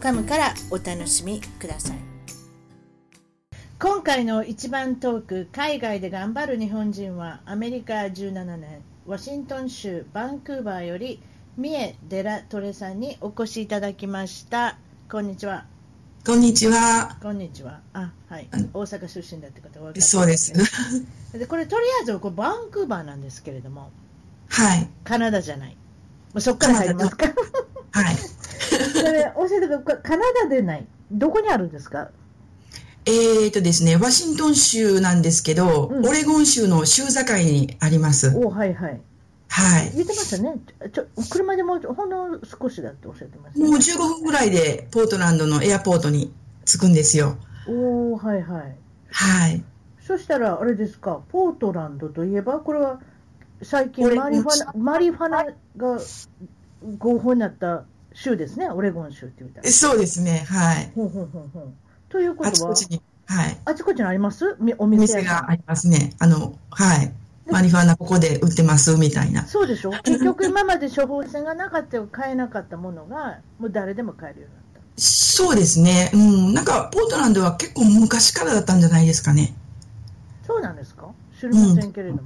.com からお楽しみください今回の一番トーク海外で頑張る日本人はアメリカ17年ワシントン州バンクーバーより三重寺トレさんにお越しいただきましたこんにちはこんにちは。こんにちはあはい大阪出身だってことはそうです。でこれとりあえずこれバンクーバーなんですけれども はい。カナダじゃないもうそっから入りますかはい。それ教えてくださいこれカナダでないどこにあるんですかえーとですね、ワシントン州なんですけど、うんオレゴン州の州境にあります。おはいはいはい。言ってましたねちょちょ車でもうほんの少しだっておっしゃってましたねもう15分ぐらいでポートランドのエアポートに着くんですよ。おおはいはいはい。そしたらあれですかポートランドといえばこれは最近オレゴマンリファナマリファナが合法になった州ですねオレゴン州って言ったらそうですね、はい。ほんほんほんほんというこあとちはこちに、はい。あちこちにありますみおお店店がありますね。あの、はい。マリファナここで売ってます、みたいな。そうでしょ結局今まで処方箋がなかったよ買えなかったものがもう誰でも買えるようになったそうですね。うん。なんか、ポートランドは結構昔からだったんじゃないですかね。そうなんですか知りませんけれども、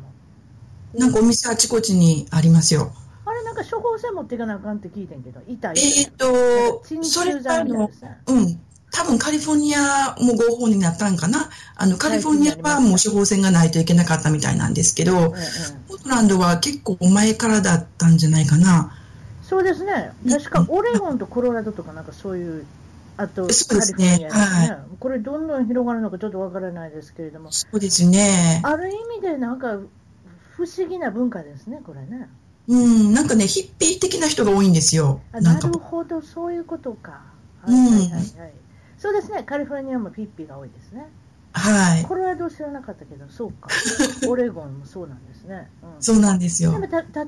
なんかお店あちこちにありますよ。あれなんか処方箋持っていかなあかんって聞いてんけど痛いえーっなんとか鎮、それ痛はあ剤みたいので、すねうん、多分カリフォルニアも合法になったんかな。あの、カリフォルニアはもう処方箋がないといけなかったみたいなんですけど、ええええポートランドは結構前からだったんじゃないかな。そうですね確かオレゴンとコロラドとかなんかそういうあとカリそうですフォルニアねですねはこれどんどん広がるのかちょっとわからないですけれどもそうですね。ある意味でなんか不思議な文化ですねこれねうん、なんかね、ヒッピー的な人が多いんですよ。あななんかる、ほど、そういうことか。はういんはいはいはい。そうですね、カリフォルニアもピッピが多いですね。はい。コロラド知らなかったけど、そう か。オレゴンもそうなんですね。うんそうなんですよ。でもた例えば、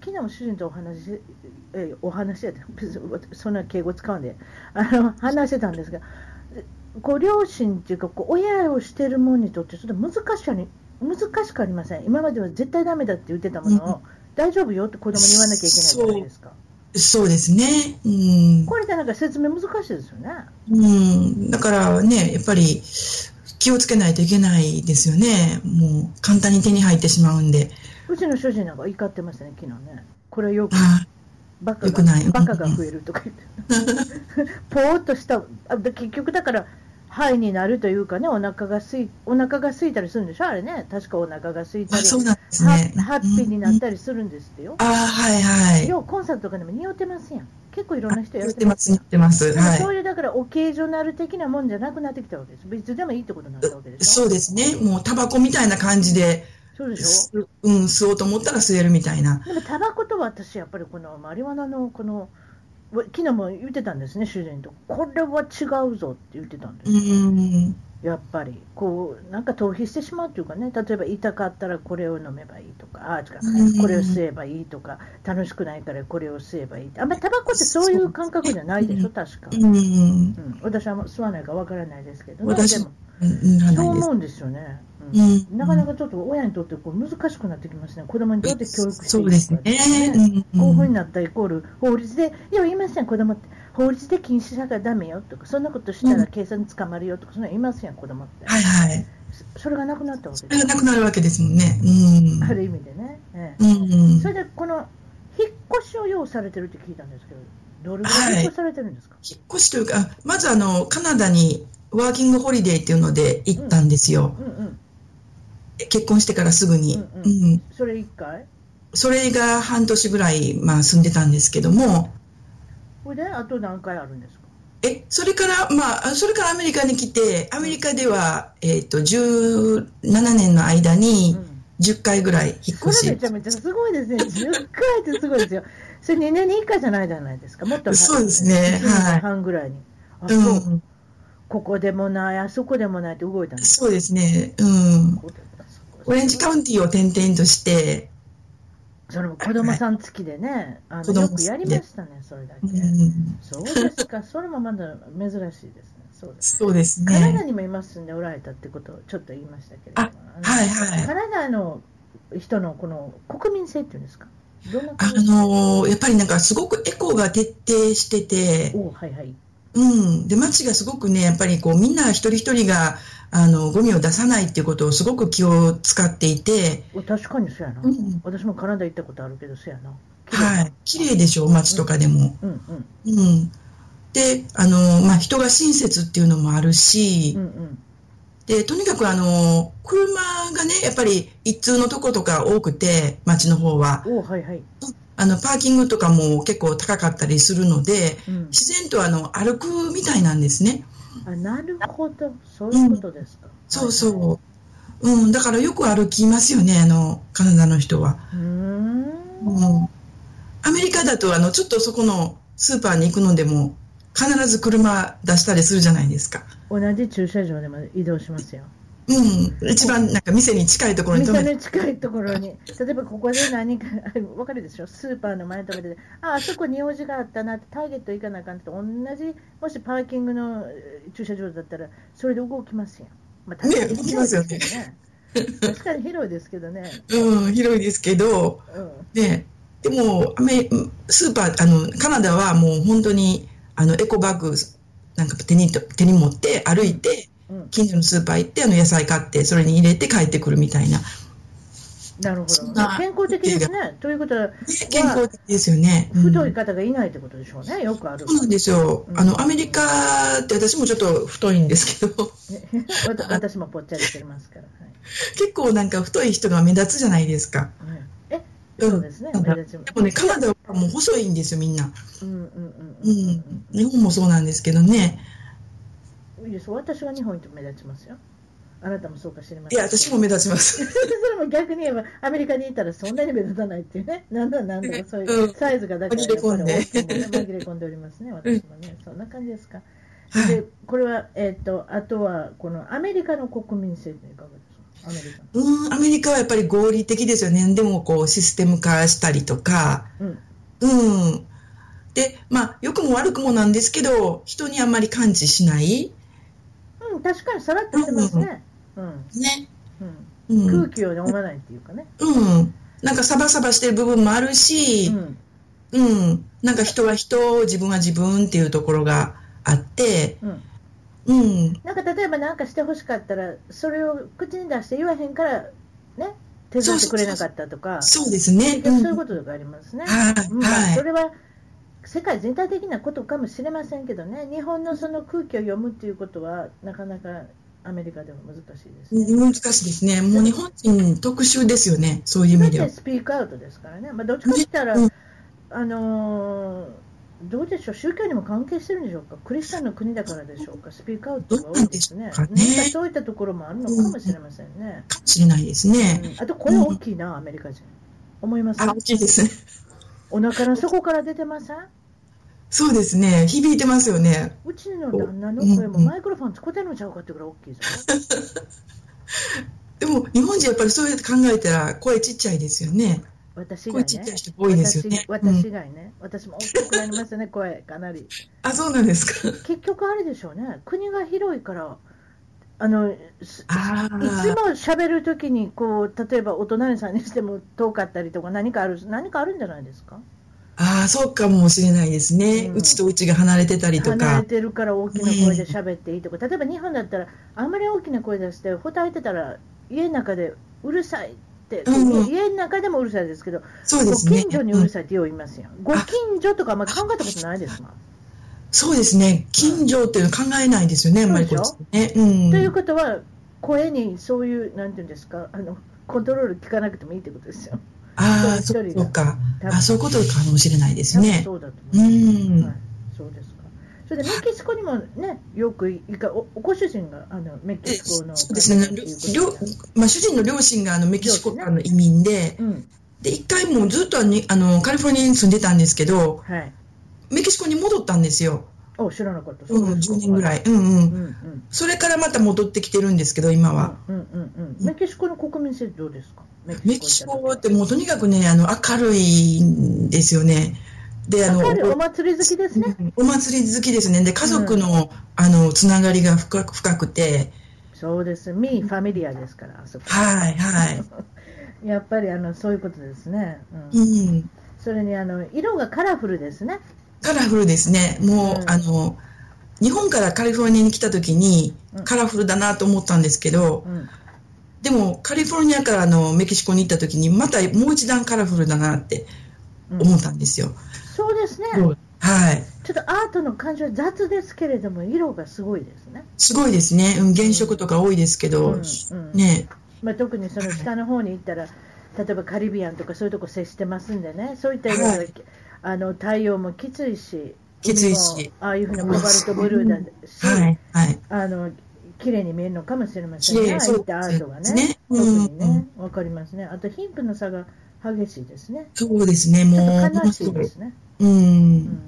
昨日も主人とお話し、えお話ししてた、別にそんな敬語使うんで、あの話してたんですが、ご両親っていうか、こう親をしてる者にとって、ちょっと難しさに難しくありません。今までは絶対ダメだって言ってたものを、大丈夫よって子供に言わなきゃいけないじゃないですか。そうですね。うん。これでなんか説明難しいですよね。うん。だからね、やっぱり気をつけないといけないですよね。もう簡単に手に入ってしまうんで。うちの主人なんか怒ってましたね、昨日ね。これはよくはい。バカよくがないバカが増えるとか言って。 ぽーっとした、あで結局だから、肺になるというかね、お腹がすい、お腹が空いたりするんでしょあれね。確かお腹が空いたあり、そうなんですハね。ッハッピーになっり。たりするんですってよ。ああ、はいはい。ようコンサートとかでも匂ってますやん。結構いろんな人や言っっててま。ますす、言ってます。でもはそうい。いうだからオケージョナル的なもんじゃなくなってきたわけです。別でもいいってことになったわけでしそょうですね。もうタバコみたいな感じで、そうでしょすうん、吸おうと思ったら吸えるみたいな。でもタバコと私やっぱりこのマリワナのこのわ昨日も言ってたんですね主人とこれは違うぞって言ってたんでうす、ん。やっぱりこうなんか逃避してしまうというかね例えば痛かったらこれを飲めばいいとかあー違ううんこれを吸えばいいとか楽しくないからこれを吸えばいいあんまりタバコってそういう感覚じゃないでしょ確か、うん。うん、私は吸わないからわからないですけど、ね、で私もうん、ならそうないです思。うんですよね、うんうん。なかなかちょっと親にとってこう難しくなってきますね子供にどうやって教育していそういのかですね。うんこういうふうになったイコール法律で、いや、言いません、子供って、法律で禁止だからダメよとか、そんなことしたら警察に捕まるよとか、そんなの言いません、子供って、はいはい。そそれがなくなったわけそでれすが、なくなるわけですもんね。うん。ある意味でね、えうえんそ。れでこの引っ越しを用意されてるって聞いたんですけど、どれぐらいは引っい越しされてるんですか、引っ越しというか、まずあの、カナダにワーキングホリデーっていうので行ったんですよ。うんうん、結婚してからすぐに。うんうんうん。それ1回、それが半年ぐらい、まあ、住んでたんですけども、それであと何回あるんですか、え、それから、まあ、それからアメリカに来て、アメリカでは、えっ、と、17年の間うにん、 10回ぐらい引っそれ越し。めちゃめちゃすごいですね、10回ってすごいですよ、それ2年に1回じゃないじゃないですか、もっとそうですね、1年半ぐらいに。あそううんここでもない、あそこでもないって動いたんです。そうですね、うん、ここでもないあそこでもオないレンジカウンティーを転々として、それも子供さん付きでね、あ子のよ供くやりましたね、それだけう。ん、そうですか、それもまだ珍しいですね。そうです。そうですカナダね、にもいますんでおられたってことをちょっと言いましたけれどもあ、はいはいあのカナダの人のこの国民性っていうんですか、どんなあ国民性のーやっぱりなんかすごくエコが徹底してて、おはいはい。うん、で街がすごくね、やっぱりこうみんな一人一人があのゴミを出さないっていうことをすごく気を使っていて、お確かにそうやな、うん私もカナダ行ったことあるけど、そうやな。はい、綺麗でしょ、街とかでも。うんうんうん、であの、まあ、人が親切っていうのもあるし、うんうん。でとにかくあの車がねやっぱり一通のとことか多くて街の方はおはいはい。あのパーキングとかも結構高かったりするのでうん、自然とあの歩くみたいなんですねあなるほど、そういうことですか。そはういはいそう、うん、だからよく歩きますよねあのカナダの人は、うーんうん、アメリカだとあのちょっとそこのスーパーに行くのでも必ず車出したりするじゃないですか同じ駐車場でも移動しますよ。うん、一番なんか店に近いところに止店めて、の近いところに、例えばここで何か、 わかるでしょ、スーパーの前に止めてて、ああそこに用事があったなって、ターゲット行かなあかんって、同じ、もしパーキングのえー駐車場だったら、それで動きますやん。まあ、ね確かに動きますよね広いですけどね。確かに広いですけどね。うん、広いですけど、うん、ね、でもアメ、スーパーあの、カナダはもう本当にあのエコバッグなんか手にと手に持って歩いて、うん、近所のスーパー行って、あの野菜買って、それに入れて帰ってくるみたいな、ねなるほそどん。な健康的ですね。ということは、健康的ですよね。うん太い方がいないってことでしょうね、よくあるそう。なんですようんあのアメリカって私もちょっと太いんですけど わた 私もぽっちゃりしてますから。は結構なんか太い人が目立つじゃないですか、いはい、え、うん、そうですね、なんか目立ちもでもねカナダはもう細いんですよみんなうんうんうんううんんうん。、日本もそうなんですけどね、いいです私は日本行って目立ちますよ。あなたもそうか知りまいせん。や、私も。目立ちま す。それも逆に言えば、アメリカにいたらそんなに目立たないっていうね、 なんだなんだかそういううんサイズがだから、紛れ込んでやっぱり大きくもね紛れ込んでおりますね、私 もね、そんな感じですか。 はでい、、これは、えっ、と、あとは、このアメリカの国民性っていかがですか、アメリカの。うん、アメリカはやっぱり合理的ですよね。でも、こう、システム化したりとか、うん、うん。で、まあ、良くも悪くもなんですけど、人にあんまり感知しない。うん、確かにさらっとしてますね。うん、ね。うん、う空ん。気を読まないっていうかね。うん。なんか、サバサバしてる部分もあるしう、ん、うん、なんか、人は人、自分は自分っていうところがあって、うん。うん。なんか例えば何かしてほしかったら、それを口に出して言わへんから、ね、手伝ってくれなかったとか、そそうですね。ううんいうことがありますね。はい、うんまあはそい。れは世界全体的なことかもしれませんけどね、日本のその空気を読むっていうことは、なかなかアメリカでも難しいですね。難しいですね。もう日本人特殊ですよね。そういう意だっ味ではて。スピークアウトですからね、まあ、どっちかといったら、うんあのーどうでしょう、宗教にも関係してるんでしょうか、クリスチャンの国だからでしょうか、スピークアウトが多いですね、どうなんでしょうかねなんかそういったところもあるのかもしれませんね。かもしれないですね。あと声大きいな、アメリカ人。思いますあ、大きいですね。お腹の底から出てませんそうですね。響いてますよね。うちの旦那の声もマイクロフォン使ってんのちゃうかってぐらい大きいぞ。でも、日本人やっぱりそうやって考えたら、声ちっちゃいですよね。私以声外ちっちゃいね。人多いですよね。私私う以ん、外ね、私も大きくなりますよね、声、かなり。あ、そうなんですか。結局あれでしょうね、国が広いから、あの、すあいつあ、も喋るときにこう、例えばお隣さんにしても遠かったりとか、何かある何かあるんじゃないですかああ、そうかもしれないですね。うんうちとうちが離れてたりと離れか。てるから大きな声で喋っていいとか、例えば日本だったら、あんまり大きな声出して、ほたえてたら、家の中でうるさいって、うん家の中でもうるさいですけど、そうですごね近。所にうるさいってよう言いますよ、ご近所とかあんまり考えたことないですもん。そうですね。近所っていうの考えないですよね。あんまりこっちね。うん。ということは、声にそういう、なんていうんですか、あのコントロール聞かなくてもいいってことですよ、ああ、一そ人がうそうか。多分あそういうことかもしれないですね。多分そうだとう思います。んはい。、そうですかそれでメキシコにもね、よく行か、おご主人があのメキシコのそうですね、両まあ、主人の両親があのメキシコからの移民で、うん、で一回もうずっとにあのカリフォルニアに住んでたんですけど、はい。メキシコに戻ったんですよ。お知らなかった。うん、10年ぐらい。うんううんん。うんそれからまた戻ってきてるんですけど、今は。うんうんうん、メキシコの国民性どうですかメキシコってもうとにかくね、あの、明るいんですよね。で、あの、明るいお祭り好きですね。お祭り好きですね。で、家族の、あの、つながりが深く、深くて、そうです。ミーファミリアですから、あそこ。はい、はい。やっぱりあのそういうことですね。うん。うん。それにあの色がカラフルですね。カラフルですね。もう、うんあの、日本からカリフォルニアに来た時にうん、カラフルだなと思ったんですけどう、ん。でも、カリフォルニアからあのメキシコに行った時に、またもう一段カラフルだなってう思ん、ったんですよ。そうですね。はい。ちょっとアートの感じは雑ですけれども色がすごいですね。すごいですね。うん、原色とか多いですけうど、んうん。ね、まあ特にその下の方に行った ら例えばカリビアンとかそういうとこ接してますんでね。そういった色が、はいあの太陽もきついし。きついし。ああいうふうなコバルトブルーだし、はい、はい。あの綺麗に見えるのかもしれません綺ね、麗ああいったアートがね、そうですね特にうんね、わかりますね、あと貧富の差が激しいですね、そうですちね、もょう。っと悲しいですね、う。うんん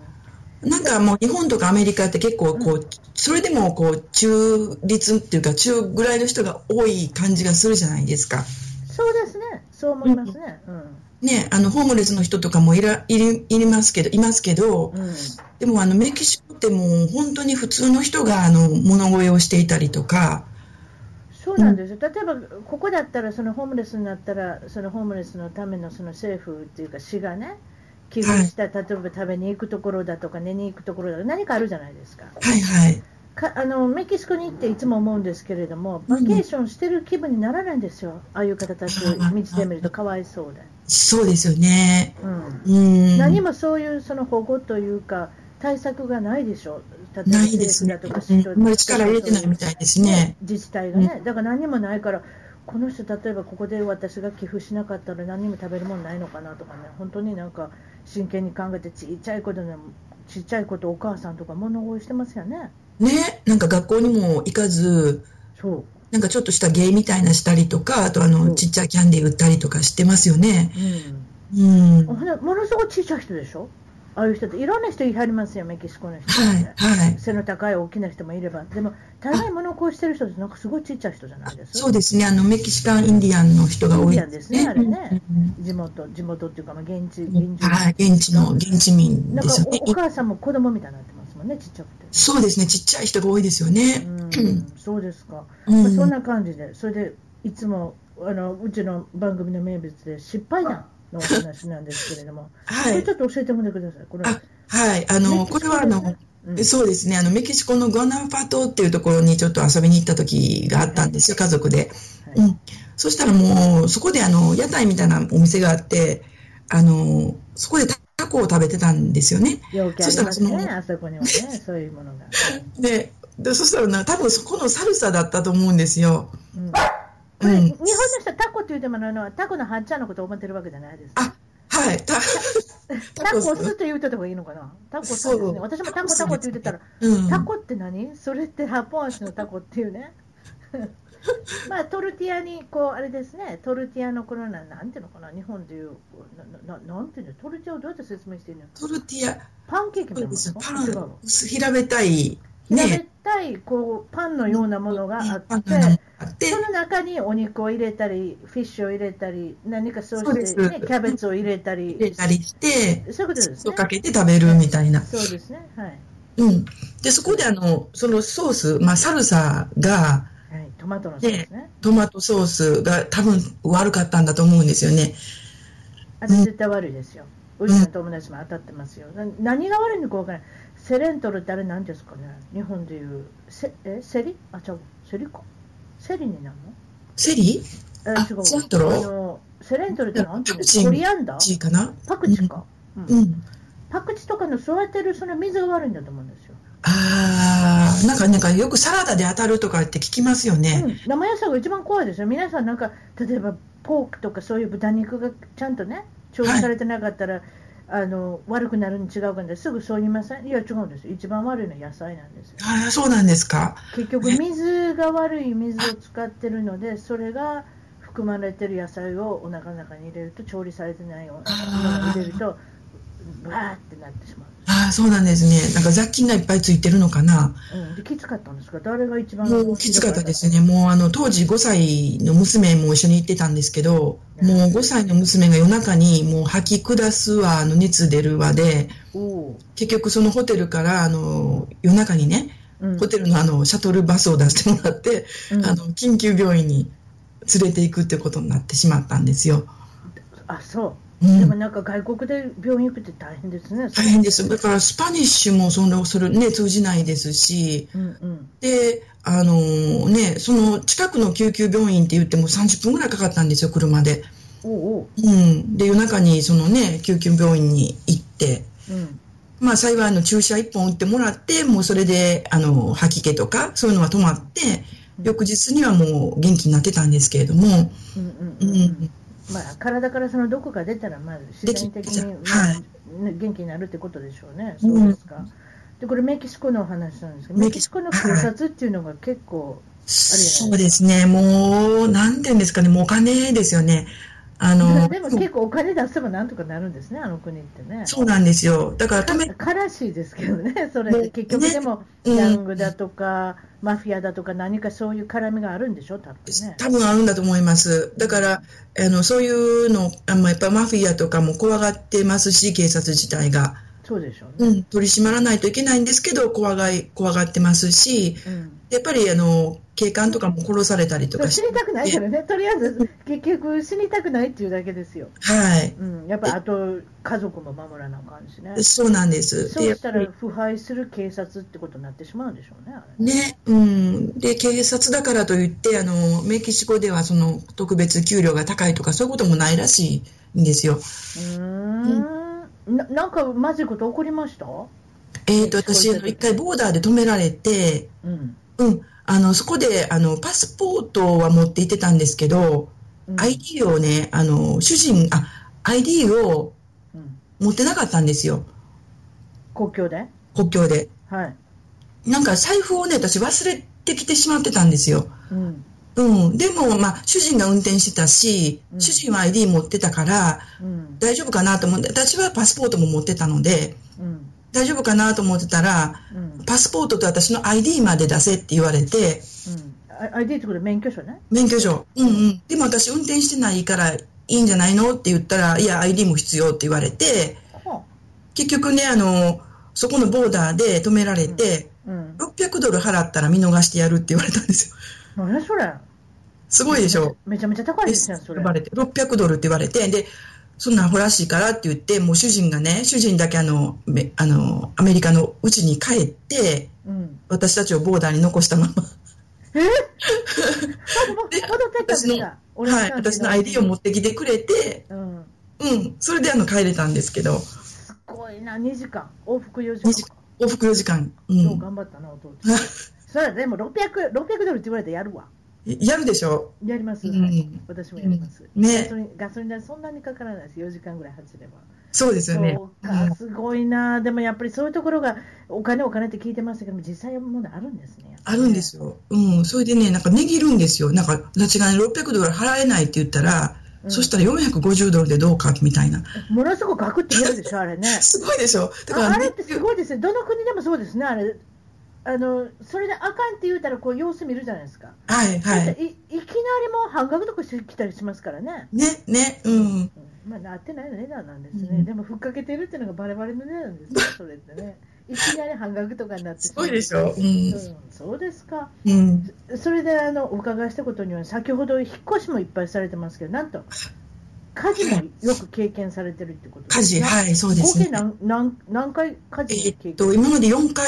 なんかもう日本とかアメリカって結構こうう、それでもこう、中立っていうか中ぐらいの人が多い感じがするじゃないですか。そうですね、そう思いますね、うんね、あの、ホームレスの人とかもいら、いる、いりますけど、いますけど、うんでもあの、メキシコってもう本当に普通の人があの、物乞いをしていたりとか、そうなんですよ、例えばここだったら、そのホームレスになったら、そのホームレスのためのその政府っていうか、市がね、寄付した、例えば食べに行くところだとか、寝に行くところだとか、何かあるじゃないですか。はいはい。かあのメキシコに行っていつも思うんですけれども、バケーションしてる気分にならないんですよ、ああいう方たちを見てみるとかわいそうで、そうですよね。うん、うん。何もそういうその保護というか、対策がないでしょ、例えばないですね。政府だとか市うんあんまり力入れてないみたいですね。自治体がね、だから何もないから、この人、例えばここで私が寄付しなかったら何も食べるものないのかなとかね、本当になんか真剣に考えて、ちっちゃいことね、ちっちゃいことお母さんとか物乞いしてますよね。ね、なんか学校にも行かず、そうなんかちょっとした芸みたいなしたりとか、あとあうの、んちっちゃいキャンディー売ったりとかしてますよね。うんうん。ほはい、んでものすごい小さい人でしょああいう人っていろんな人いはりますよメキシコの人って、はい。背の高い大きな人もいればでも大概物をこうしてる人ってなんかすごい小さい人じゃないですそうですね、あの、メキシカンインディアンの人が多いインディアンですねあれねうん地元地元っていうかまあ現地現うん住はい、現地の、現地民なでんかすよねお。お母さんも子供みたいになってますもんねちっちゃくてそうですね、ちっちゃい人が多いですよね。うんそうですか、うんまあそんな感じでそれでいつもあのうちの番組の名物で失敗談のお話なんですけれども、 はこれいち。ょっと教えてもらってくださいこれあはい。あの、これはあの、うんそうですね、あの、メキシコのグアナファ島っていうところにちょっと遊びに行った時があったんですよ、家族で。はいうん。そしたらもう、そこであの、屋台みたいなお店があって、あの、そこでタコを食べてたんですよね。陽気ありますそしたらね、そのあそこ にはね、そういうものが。で、でそしたらな、多分そこのサルサだったと思うんですよ。うん、こうれ、日ん本。の人はタコって言うてもらうのは、タコのハンチャーのことを思ってるわけじゃないです。あはい。た タコスって言うてた方がいいのかな。タコスですそうね。私もタコタコって言ってたら、うん。タコって何それって八本足のタコっていう ね。まあ、トルティアに、こう、あれですね、トルティアのこのな、なんていうのかな、日本でいう、なななんていうの、トルティアをどうやって説明してるのトルティア、パンケーキみたいなもんですかパ違うのン、平べったい、平べっね。たい、こう、パンのようなものがあパっンて、のようなものがあってそ、の中にお肉を入れたり、フィッシュを入れたり、何かそうして、そうねで、すキャベツを入れたり、入れたりして、そういうことですそうね。かけて食べるみたいな。そうですね。はい。うん。で、そこであの、そのソース、まあ、サルサが、はい、トマトのソースね。トマトソースが多分悪かったんだと思うんですよね。あれ絶対悪いですよ。うちの友達も当たってますよ。な何が悪いのかわからない。セレントルってあれ何ですかね日本でいう、せえセリあ、違う。セリか。セリになるセリのえあ違う。セレントルあのセレントルって何ていうんですパクチーかコリアンダチーーかなパクチーか。ううんん。パクチーとかの育てるその水が悪いんだと思うんですよ。あー、なんか、なんかよくサラダで当たるとかって聞きますよね。うん、生野菜が一番怖いですよ、皆さん、なんか例えばポークとかそういう豚肉がちゃんとね、調理されてなかったら、あの悪くなるに違うからすぐそう言いません、いや、違うんです、一番悪いのは野菜なんですよ、あーそうなんですか。結局、水が悪い水を使ってるので、それが含まれてる野菜をお腹の中に入れると、調理されてないものを入れると、わーってなってしまうんですよああ、そうなんですね。なんか雑菌がいっぱいついてるのかな。うん、できつかったんですか誰が一番もうきつかったですね。もうあの、当時5歳の娘も一緒に行ってたんですけど、もう5歳の娘が夜中にもう吐き下すわ、あの熱出るわで、おお結局そのホテルからあの、夜中にね、ー、うんホテルのあの、シャトルバスを出してもらって、うんあの、緊急病院に連れて行くってことになってしまったんですよ。あそう、うんでもなんか外国で病院行くって大変ですね。大変です。だからスパニッシュもその、それね、通じないですし、うんうん。で、あのね、その近くの救急病院って言っても30分ぐらいかかったんですよ、車で。おうおう。うん。で、夜中にそのね、救急病院に行って、うん。まあ幸いあの注射1本打ってもらって、もうそれで、あの、吐き気とか、そういうのは止まって、翌日にはもう元気になってたんですけれども、うんううんうんん。まあ体からその毒が出たらまあ自然的できに、はいまあね元気になるってことでしょうね。そうですか。でこれメキシコのお話なんですけど、メメキキシシココの警察っていうのが結構、そうですね、もう、なんていうんですかね、もうお金ですよね。あの、でも結構お金出せばなんとかなるんですねあの国ってね。そうなんですよ。だから、止め、からしいですけどね、それって結局ねでも、ギうんャングだとか、マフィアだとか、何かそういう絡みがあるんでしょ、多分ね。多分あるんだと思います。だから、あの、そういうの、あのやっぱマフィアとかも怖がってますし、警察自体が。そうでしょううね。ん、取り締まらないといけないんですけど、怖がい、怖がってますし、うんやっぱり、あの、警官とかも殺されたりとそうかし死にたくないから ね、とりあえず結局死にたくないっていうだけですよ、はい。うん、やっぱあと家族も守らなあかんしね、そうなんです。そうで、やっしたぱらり、腐敗する警察ってことになってしまうんでしょうね、あれね、うん。で、警察だからといって、あの、メキシコでは、その、特別給料が高いとか、そういうこともないらしいんですよ。うーんななんかまずいこと起こりました、えーと、私、そうあですのね一回ボーダーで止められて、うんうん、あの、そこで、あの、パスポートは持って行ってたんですけど、うん、 ID をね、あの、主人、あ、ID をうん持ってなかったんですよ、国境で、国境で。はいなんか財布をね、私忘れてきてしまってたんですよ。うんうん、でも、まあ、主人が運転してたし、うん主人は ID 持ってたから、うん大丈夫かなと思って、私はパスポートも持ってたので、うん大丈夫かなと思ってたら、うんパスポートと私の ID まで出せって言われて、うん、あ ID ってことは免許証ね。免許証。うんうん。でも私運転してないからいいんじゃないのって言ったら、いや、ID も必要って言われて、は結局ね、あの、そこのボーダーで止められて、あ、うん。 600ドル払ったら見逃してやるって言われたんですよ。何やそれ。すごいでしょ。めちゃめちゃ高いですね、それ。呼ばれて、600ドルって言われて、で、そんなんアホらしいからって言って、もう主人がね、主人だけあの、めあの、アメリカのうちに帰って、うん。私たちをボーダーに残したまま、え戻ってったんです私のかはい、私の ID を持っってきてくれて、うん。うん、それであの帰れたんですけど、すごいな、2時間。往復4時二間時か。往復4時間。う。ようん頑張ったな、お父ちゃん。それでも600、600ドルって言われてやるわ。やるでしょやります。うんはい私もやります。うんガねソリンガソリン代そんなにかからないです、4時間ぐらい走れば。そうですよねそう。か、すごいな、でもやっぱりそういうところがお金、お金って聞いてましたけども、実際ものあるんですね。あるんですよ。うん。それでね、なんか値切るんですよ。なんか、私がね、600ドル払えないって言ったら、うんそしたら450ドルでどうかみたいな。ものすごくガクッと減るでしょ、あれね。すごいでしょ。 だから、ああれってすごいですね、どの国でもそうですね、あれ、あのそれであかんって言うたら、こう様子見るじゃないですか、はいはだっい。ていいきなりもう半額とかしてきたりしますからね、ね、ね、うん。うんまあ、なってないの値段なんですね、うんでもふっかけてるっていうのがバレバレの値段 ですね、それってね、いきなり半額とかになってすごいでしょ、ょ。う。うんん、そうですか、うん。それであのお伺いしたことには、先ほど引っ越しもいっぱいされてますけど、なんと家事もよく経験されてるってことです家事、ねはい、そうで合す計ね。何何何回家え事経ーっ験と、今まで4回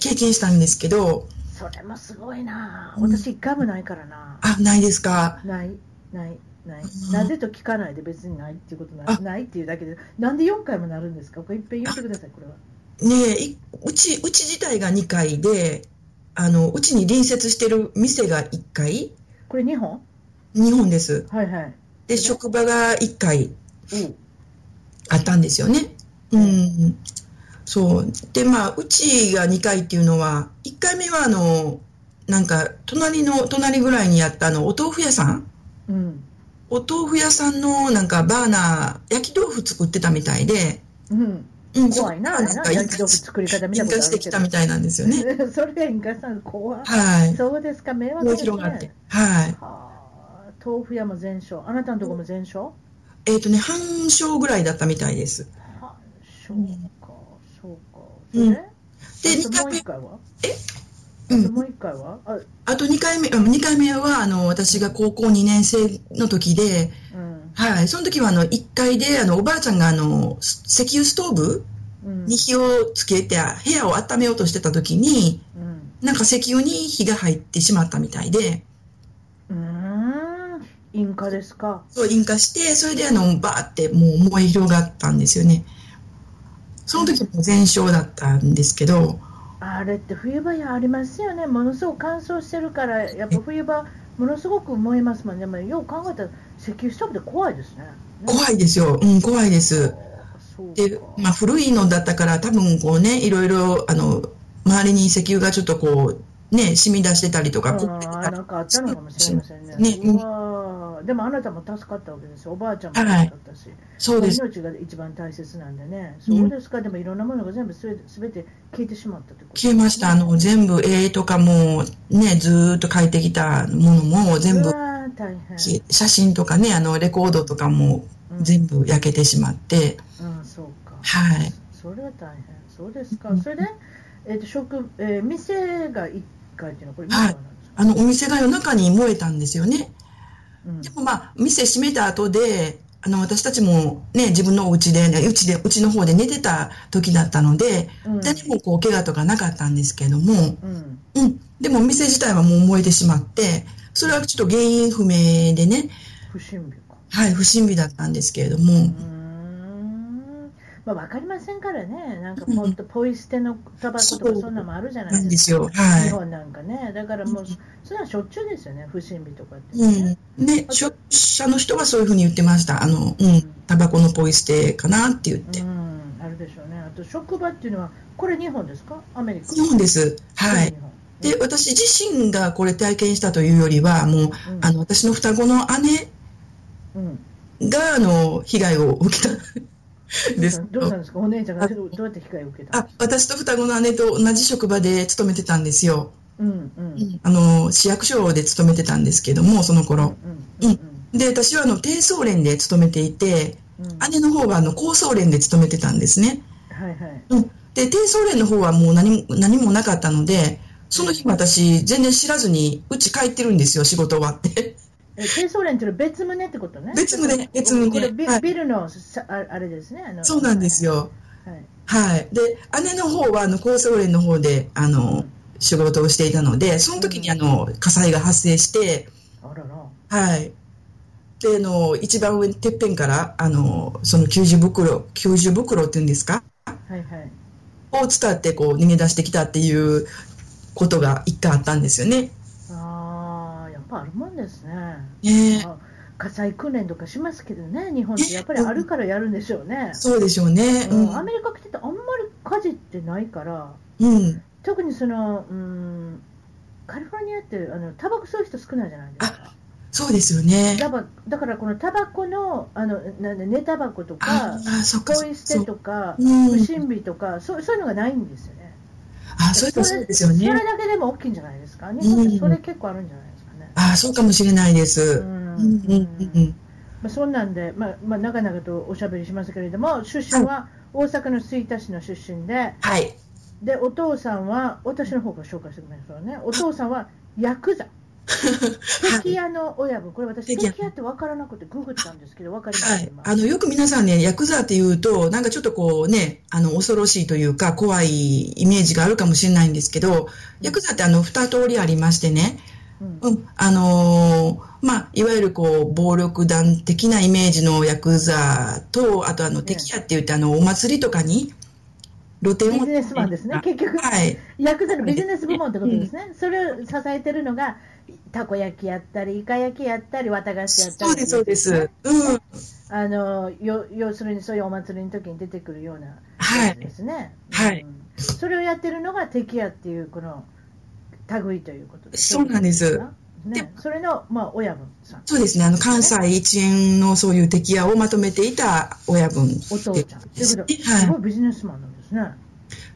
経験したんですけど、それもすごいな、うん私一回もないからな、あ、ないですか。ないないない、うんなぜと聞かないで別にないっていうことなあないっていうだけでなんで4回もなるんですかこれいっぺん言ってくださいこれはねえ、いうち、うち自体が2回で、あの、うちに隣接してる店が1回、これ2本日本です。はいはいで、職場が1回あったんですよね。ううんん。そう。で、まあ、うちが2回っていうのは、1回目は、あの、なんか、隣の、隣ぐらいにあった、あの、お豆腐屋さんうんうんお豆腐屋さんの、なんか、バーナー、焼き豆腐作ってたみたいで、うんうん、怖いな、そうなんなか焼引き豆火腐し作り方見た引こと火あしるけてきどた。みたいなんですよね。 それがインカさん、怖い。はい。そうですか、迷惑もうです広がってね。。はい。はあ豆腐屋も全焼、あなたのとこも全焼、えっ、とね、半焼ぐらいだったみたいです。はあそううんか、そううんか。それで、あと2もう回目一、回はうあともう一回んはあ、あと2回目、2回目は、あの、私が高校2年生の時で、うん。はい、その時は、あの、1階で、あの、おばあちゃんが、あの、す石油ストーブうん。に火をつけて、部屋を温めようとしてた時に、うん。なんか石油に火が入ってしまったみたいで、うーん。インカですか。そう、引火して、それで、あの、バーって、もう燃え広がったんですよね。その時も全焼だったんですけど、あれって冬場やありますよね。ものすごく乾燥してるから、やっぱ冬場、ものすごく燃えますもんね。でもよう考えたら、石油ストーブって怖いですね。ね怖いですよ。うん、怖いです。そうでか、まあ、古いのだったから多分こうねいろいろあの周りに石油がちょっとこうね染み出してたりとかこうああなんかあったのかもしれませんね。ねうわーでもあなたも助かったわけですよ、おばあちゃんも助はいかったし、そうです命が一番大切なんでね、うんそうですか、でもいろんなものが全部すべてすべて消えてしまったということ消えましたあの全部絵とかもねずーっと描いてきたものも全う部わー大変、消え写真とかねあのレコードとかもうん、全部焼けてしまって、うん、そうか、はいそれは大変、そうですか、うんそれで、えーと食えー店が一階っていうのは、これ、は店なんでいすかあのお店が夜中に燃えたんですよねうんでもまあ店閉めた後であの私たちもね自分のお家でねうちでうちの方で寝てた時だったのでうん誰もこう怪我とかなかったんですけども、うんうん、でもお店自体はもう燃えてしまってそれはちょっと原因不明でね、不審火か。はい、不審火だったんですけれどうーも、んまあ、分かりませんからね、なんかポンとポイ捨てのタバコとかそんなのもあるじゃなないんでですすよ。か、は日い。本なんかね、だからもう、それはしょっちゅうですよね、不審火とかって、ねうん、ね、消費者の人はそういうふうに言ってました。あの、うん、タバコのポイ捨てかなって言って。うんあるでしょうね、あと職場っていうのは、これ日本ですか、アメリカ、日本です。はいこ。れで日、本、私自身がこれ体験したというよりは、もう、うんあの、私の双子のうん姉が、あの、被害を受けたんです。どうしたんですか、お姉ちゃんがあどうどうやって被害を受けたのあ私と双子の姉と同じ職場で勤めてたんですよ、うんうんうんあの市役所で勤めてたんですけどもそのうん頃で私はあの低層連で勤めていてうんうん姉の方はあの高層連で勤めてたんですねはいはい、で低層連の方はもう何も何もなかったのでその日も私全然知らずにうち帰ってるんですよ仕事終わって え低層連っていうのは別棟ってことね、別棟別棟これビ,、はいビルのさああれですね、あのそうなんですよはいはいで姉の方はあの高層連の方であの仕事をしていたのでその時にあの火災が発生して、あらら。はい。で、あの、一番上、てっぺんから、あの、その救助袋、救助袋っていうんですかはいはい。を伝って、こう、逃げ出してきたっていうことが一回あったんですよね。ああ、やっぱあるもんですね。ねえあ火災訓練とかしますけどね、日本ってやっぱりあるからやるんでしょうね。そうでしょうね。ううんアメリカ来ててあんまり火事ってないから、ん。うん。特にその、うん、カリフォルニアってあのタバコ吸う人少ないじゃないですか。そうですよね。だばだからこのタバコのあのなんで寝タバコとあか、あ、そっか。ポイ捨てとか、うん不審火とか、そうそういうのがないんですよね。あそういえばそうですよそれね。だけでも大きいんじゃないですか。日本ってそれ結構あるんじゃないですかね。ああ、そうかもしれないでうす。んうん、うん、うん。まあ、そんなんで、まあまあ、長々とおしゃべりしますけれども、出身は大阪の吹田市の出身で、はい。でお父さんは、私の方から紹介してくださいね、お父さんはヤクザ、は関い。屋の親分、これ私、関屋関屋って分からなくて、ググったんですけど、分かりまはすい今、あのよく皆さんね、ヤクザっていうと、なんかちょっとこうね、あの恐ろしいというか、怖いイメージがあるかもしれないんですけど、ヤクザってあの2通りありましてね、うんうんあのーまあ、いわゆるこう暴力団的なイメージのヤクザと、あとあの敵屋って言って、あのお祭りとかに露店を。ビジネスマンですね、結局、はい、ヤクザのビジネス部門ってことですね、それを支えてるのが、たこ焼きやったり、イカ焼きやったり、綿菓子やったそりうっていでうす、そうです。うん、あのよ要するにそういうお祭りの時に出てくるようなはいやつですね、はいうんそれをやってるのが敵屋っていうこの類ということそうなんですかね、それの、まあ、親分さん、そうですね、あの関西一円のそういう敵屋をまとめていた親分でお父ちゃん。ということで、はいすごいビジネスマンなんですね。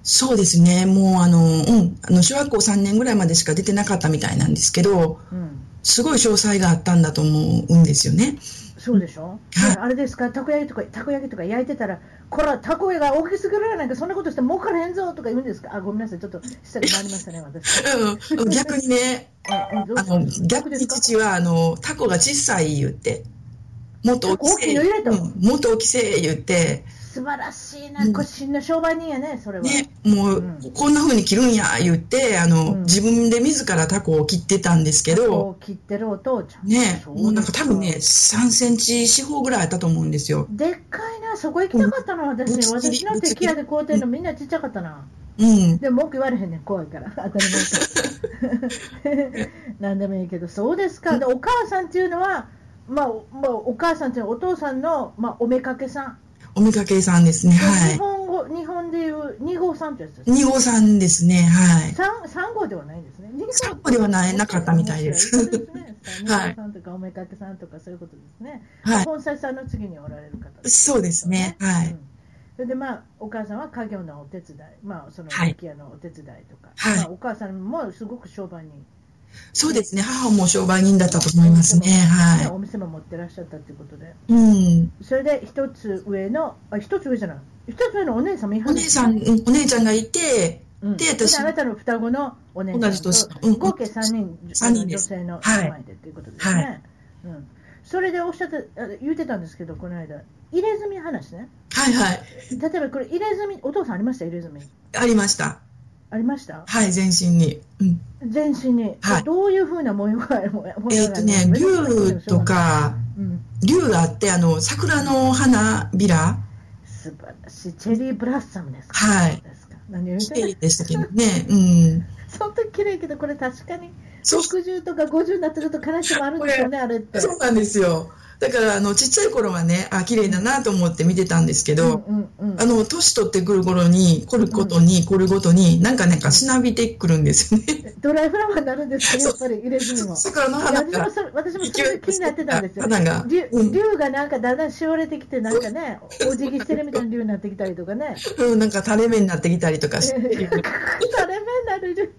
そうですね、もうあの、うん、あの小学校3年ぐらいまでしか出てなかったみたいなんですけど、うん、すごい詳細があったんだと思うんですよね。そうでしょ、はいあれですか、たこ焼きとかたこ焼きとか焼いてたら、こら、たこ焼きが大きすぎるやなんか、そんなことして儲からへんぞとか言うんですか、あごめんなさい、ちょっと失礼になりましたね、私。うん逆にね、あどうあしたの逆逆でにすか父はあのタコが小さい言って、もっと大き大きいせの入れたうのんもっと大きせ言って、素晴らしいうな、んこれ、真の商売人やね、それは。ね、もう、うんこんな風に切るんや言ってあの、うん自分で自らタコを切ってたんですけたこど、を切ってるお父ちゃん。ね、そうですもうなんか多分ね、3センチ四方ぐらいあったと思うんですよ。でっかいな、そこ行きたかったな、私ぶ、つ切り私の敵屋で買うてんの、みんなちっちゃかったな。うん。でも文句言われへんねん怖いから 当たり前から 何でもいいけどそうですかでお母さんっていうのは、まあおまあ、お母さんっていうのはお父さんの、まあ、おめかけさん、お見かけさんですね。は日い。本語日本でいう2号さんってやつです二号さんですね。はい。 3, 3号ではないんですね二三号ではないなかったみたいです面白いですねはい2号さんとかおめかけさんとかそういうことですね、はい。本妻さんの次におられる方ですそうですね。はうい。んそれでまあお母さんは家業のお手伝い、まあそのはい焼き屋のお手伝いとか、はいまあお母さんもすごく商売人そうですね。母も商売人だったと思いますね。ねはお店も持ってらっしゃったということで、い。うん。それで一つ上の、あ一つ上じゃない、一つ上のお姉さんもいはおる姉さん、うんお姉ちゃんがいて、うんでそれ私あなたの双子のお姉同じさ年んと、うん合計3人、三人ですあの女性はのい名前でということですね。はいうん、それでおっしゃってあ言ってたんですけど、この間、入れ墨話ね、はいはい。例えばこれ、入れ墨、お父さんありました、入れ墨。ありました。ありましたはい、全身に。うん。全身に、はいどういうふうな模様がある模様があえるっとね、竜と、か、うん、竜があって、あの、桜の花びら、素晴らしい、チェリーブラッサムですか。はいそうですか何を言っ綺てんの麗でしたけどね。うん。本当に綺麗けど、これ確かにそう60とか50になってると悲しみもあるんですよね、あれって。そうなんですよ。だから、あの、ちっちゃい頃はね、あ、綺麗だなと思って見てたんですけど、うんうんうんあの、年取ってくる頃に、来ることに、来るごとに、なんかなんかしなびてくるんですよね。ドライフラワーになるんですけど、やっぱり入れ墨も。 桜のいや花私がも、それ私もそれが気になってたんですよ。花が、竜うん竜がなんかだんだんしおれてきて、なんかね、お辞儀してるみたいな竜になってきたりとかね、うん、なんか垂れ目になってきたりとかし垂れ目 になる 竜、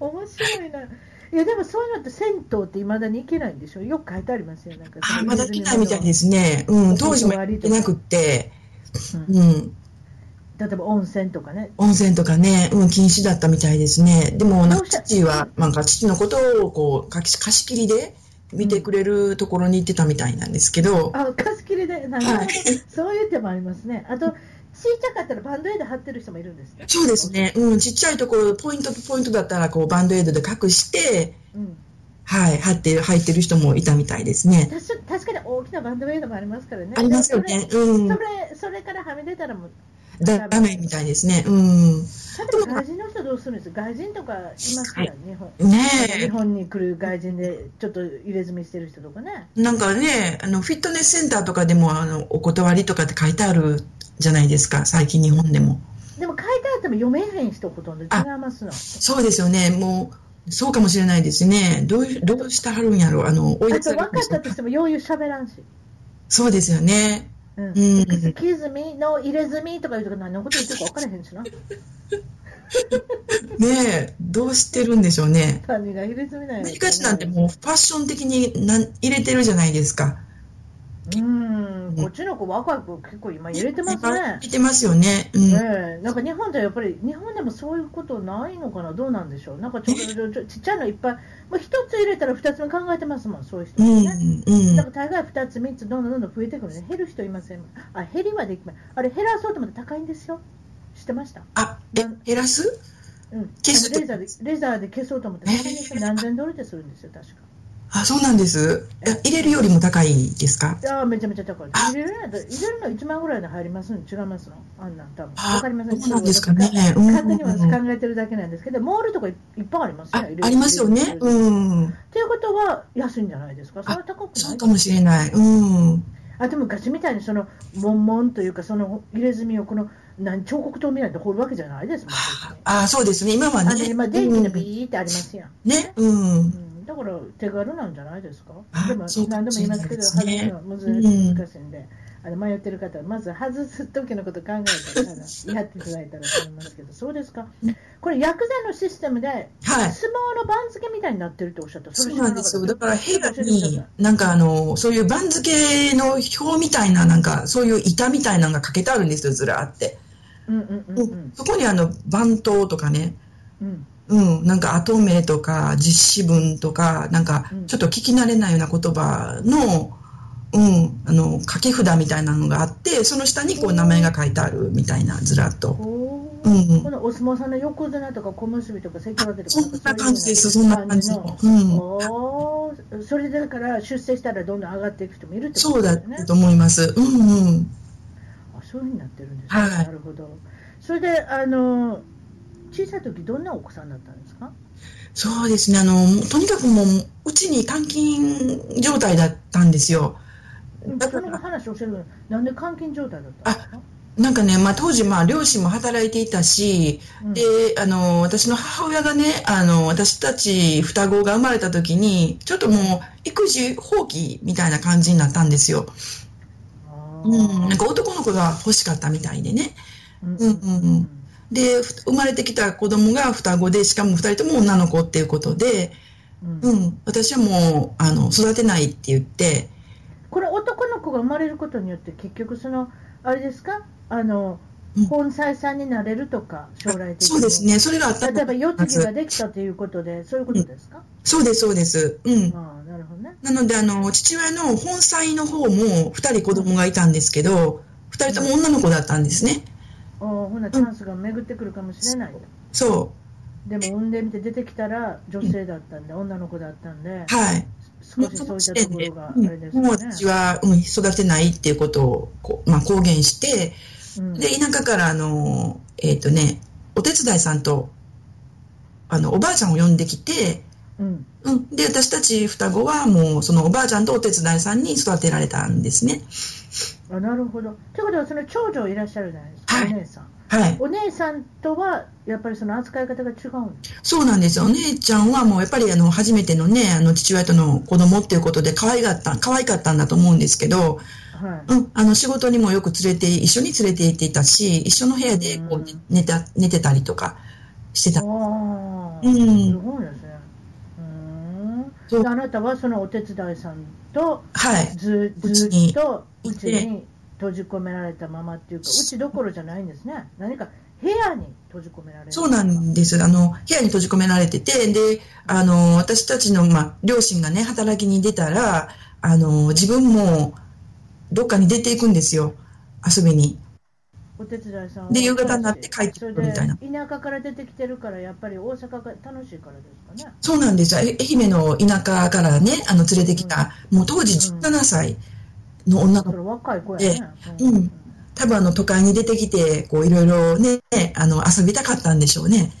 面白いな。いやでもそういうのって銭湯っていまだに行けないんでしょよく書いてありますよ。なんかあーまだ来ないみたいですね。うん、当時も行ってなくって、うんうん、例えば温泉とかね、温泉とかね、うん、禁止だったみたいですね。でも、なんかどうした父は、なんか父のことを、こう、貸し貸し切りで見てくれるところに行ってたみたいなんですけど、あ、貸し切りで、なるほどはいそういう手もありますね。あと、小さかったらバンドエイド貼ってる人もいるんですね。そうですね、うん、ちっちゃいところ、ポイントとポイントだったら、こう、バンドエイドで隠して、うん。はい、貼って、入ってる人もいたみたいですね。確か確かに大きなバンドエイドもありますからね。ありますよね。うでんもそ。れ。それ、それからはみ出たらもう、だダメみたいですね。うん。例えば外人の人どうするんですか外人とかいますから、日本。ね日本に来る外人でちょっと入れ墨してる人とかね、え。なんかね、あの、フィットネスセンターとかでも、あの、お断りとかって書いてあるじゃないですか、最近日本でも。でも書いてあっても読めへん人ほとんど違いますの、そうですよね。もう、そうかもしれないですね。どういう、どうしてはるんやろう。あの、追いあ出とさ分れかるんでっすたかとしても、よう言うしゃべらんし、そうですよね。うん、うん。傷みの入れ墨とか言うとか、何のこと言ってるか分からへんしな。ねえ、どうしてるんでしょうね。何が入れ墨なんやアろメリカ人なんてもうファッション的になん入れてるじゃないですか。うーん、こっちの子、若い子、結構今入れてますね。入れてますよね。うん。ねえ、なんか日本ではやっぱり、日本でもそういうことないのかな、どうなんでしょう、なんかちょちょちょちっちゃいのいっぱい、もう一つ入れたら二つ目考えてますもん、そういう人うね。ん。うんだ。から大概二つ、三つ、どんどんどんどん増えてくるね、減る人いません。あ、減りはできない。あれ、減らそうと思って高いんですよ。知ってましたあ、え、減らすうん。消すあのレーザーで、レーザーで消そうと思って高いんですよ。何千ドルでするんですよ、確か。あ、そうなんです。え入れるよりも高いですかああ、めちゃめちゃ高い。あ入れるの入れるの1万ぐらいで入りますの違いますのあんなん多分。あわかりません。そうなんですかね。うん勝手にうんうん私考えてるだけなんですけど、モールとかいいっぱいありますあね。いろいろありますよね。といううん。ことは安いんじゃないですか。そんな高くそうかない。もしれない。うん。あでも昔みたいにそのモンモンというかその入れ墨をこの何彫刻刀みたいなと掘るわけじゃないですもん。あ、そうですね。今はあのね。今電気のビーってありますやん。うんね。うん。うん、だから手軽なんじゃないですかあでもそうか何もでもし言いれなまいすけでどす外ねすのは難難しいんで、あの迷ってる方はまず外す時のこと考えてあのやっていただいたらと思いますけどそうですかこれヤクザのシステムでは相い。撲の番付みたいになってるっておっしゃったそうなんですよ。だから、部平屋和にに、なんかあの、そういう番付の表みたいな、なんか、そういう板みたいなのがかけてあるんですよ、ずらーって。うんうんうんうんそこにあの、番頭とかね、うんうん、なんか後名とか実施文とか、なんかうんちょっと聞き慣れないような言葉の、うん、あの、掛け札みたいなのがあって、その下にこう名前が書いてあるみたいな、ずらっと。おーうんうんこのお相撲さんの横綱とか小結びとか関脇とかそんな感じです、そんな感じの。う。うんおーそれでだから出世したらどんどん上がっていく人もいるってこそとうでだすっよね。たと思います。うんうん。あそういうふうになってるんですね。はいなるほど。それであの小さい時どんなお子さんだったんですか。そうですね、あの、もうとにかくもう、うちに監禁状態だったんですよ。だそかの後ら、話をしてるのになんで監禁状態だったんですか。なんかね、まあ当時、まあ両親も働いていたし、うんであの私の母親がねあの私たち双子が生まれた時にちょっともう育児放棄みたいな感じになったんですよ、あーうん、なんか男の子が欲しかったみたいでねうんうんうんうんでふ生まれてきた子供が双子でしかも2人とも女の子っていうことで、うんううんん、私はもうあの育てないって言ってこれ男の子が生まれることによって結局そのあれですかあのうん本妻さんになれるとか将来的に。そうです。ねそれがあった例えば世継ぎができたということでそういうことですか。そうですそうですうんああなるほどね。なのであの父親の本妻の方も2人子供がいたんですけど2人とも女の子だったんですねああほなチャンスが巡ってくるかもしれないと。そうでも産んでみて出てきたら女性だったんで、女の子だったんで、はい。少しそういったところがあれですうんもうよ私は、うん、育てないっていうことをこう、まあ、公言して、で、ね。田舎から、あの、えっ、とね、お手伝いさんと、あの、おばあちゃんを呼んできて、うんうんうん、で、私たち双子はもう、そのおばあちゃんとお手伝いさんに育てられたんですね。あなるほど。ということは、その長女いらっしゃるじゃないですか、はいお姉さん。はい。お姉さんとはやっぱりその扱い方が違うんです。そうなんですよ。お姉ちゃんはもう、やっぱり、あの、初めてのね、あの、父親との子供っていうことで、可愛かった、可愛かったんだと思うんですけど、はいうん、あの仕事にもよく連れて一緒に連れて行っていたし一緒の部屋でこうんう寝た寝てたりとかしてたああ、うんすごいですね。うーそんうであなたはそのお手伝いさんとはいずうちずにっとういちてに閉じ込められたままっていうか、うちどころじゃないんですね。何か部屋に閉じ込められる。そうなんですあの部屋に閉じ込められててであの私たちの、まあ、両親がね働きに出たらあの自分もどっかに出ていくんですよ遊びにお手伝いさんで夕方になって帰ってくるみたいなそれで田舎から出てきてるからやっぱり大阪が楽しいからですかねそうなんですよえ愛媛の田舎からねあの連れてきた、もう当時17歳の女のそ子れ若い子やね、えうん多分あの都会に出てきてこういろいろねあの遊びたかったんでしょうね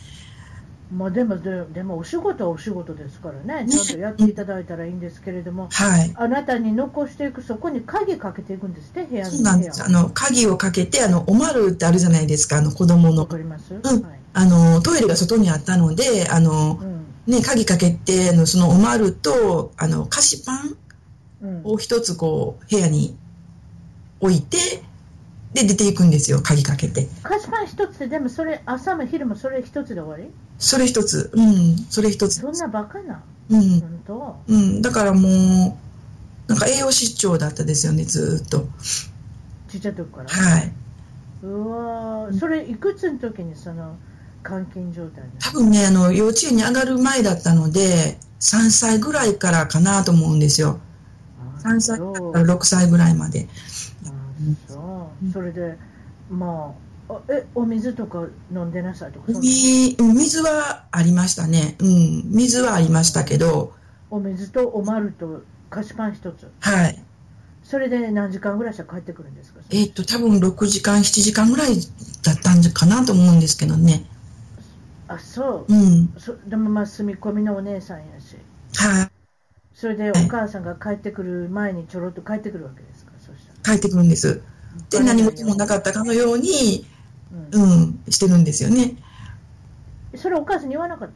まあ、でもででもお仕事はお仕事ですからねちゃんとやっていただいたらいいんですけれどもはいあなたに残していくそこに鍵かけていくんですって部屋にそうなん部で屋す。あの、鍵をかけて、あの、おまるってあるじゃないですか、あの、子供わのか。ります、んいあの、トイレが外にあったので、あのう、んね、鍵かけて、あの、そのおまると、あの、菓子パンうん、を一つこう、部屋に置いて、で、出ていくんですよ、鍵かけて。菓子パン一つででもそれ朝も昼もそれ一つで終わりそれ一つ。うん、それ一つそ。んなバカなうん。本当うん。だからもう、なんか栄養失調だったですよね、ずーっと。ちっちゃい時からはい。うわーそれいくつの時にその監禁状態にな多分ね、あの、幼稚園に上がる前だったので、3歳ぐらいからかなと思うんですよ。3歳あかーら6歳ぐらいまで。そうあーそうそれでまああえお水とか飲んでなさいとかそんなみ水はありましたね。うん。水はありましたけど、お水とおまると菓子パン一つはい。それで何時間ぐらいしたら帰ってくるんですかえっ、と、多分6時間、7時間ぐらいだったんかなと思うんですけどね。。あそううんそでもまあ住み込みのお姉さんやしはい。それでお母さんが帰ってくる前にちょろっと帰ってくるわけですかそしたら帰ってくるんです。で、何事もなかったかのように、うんうん、してるんですよね。それお母さんに言わなかっ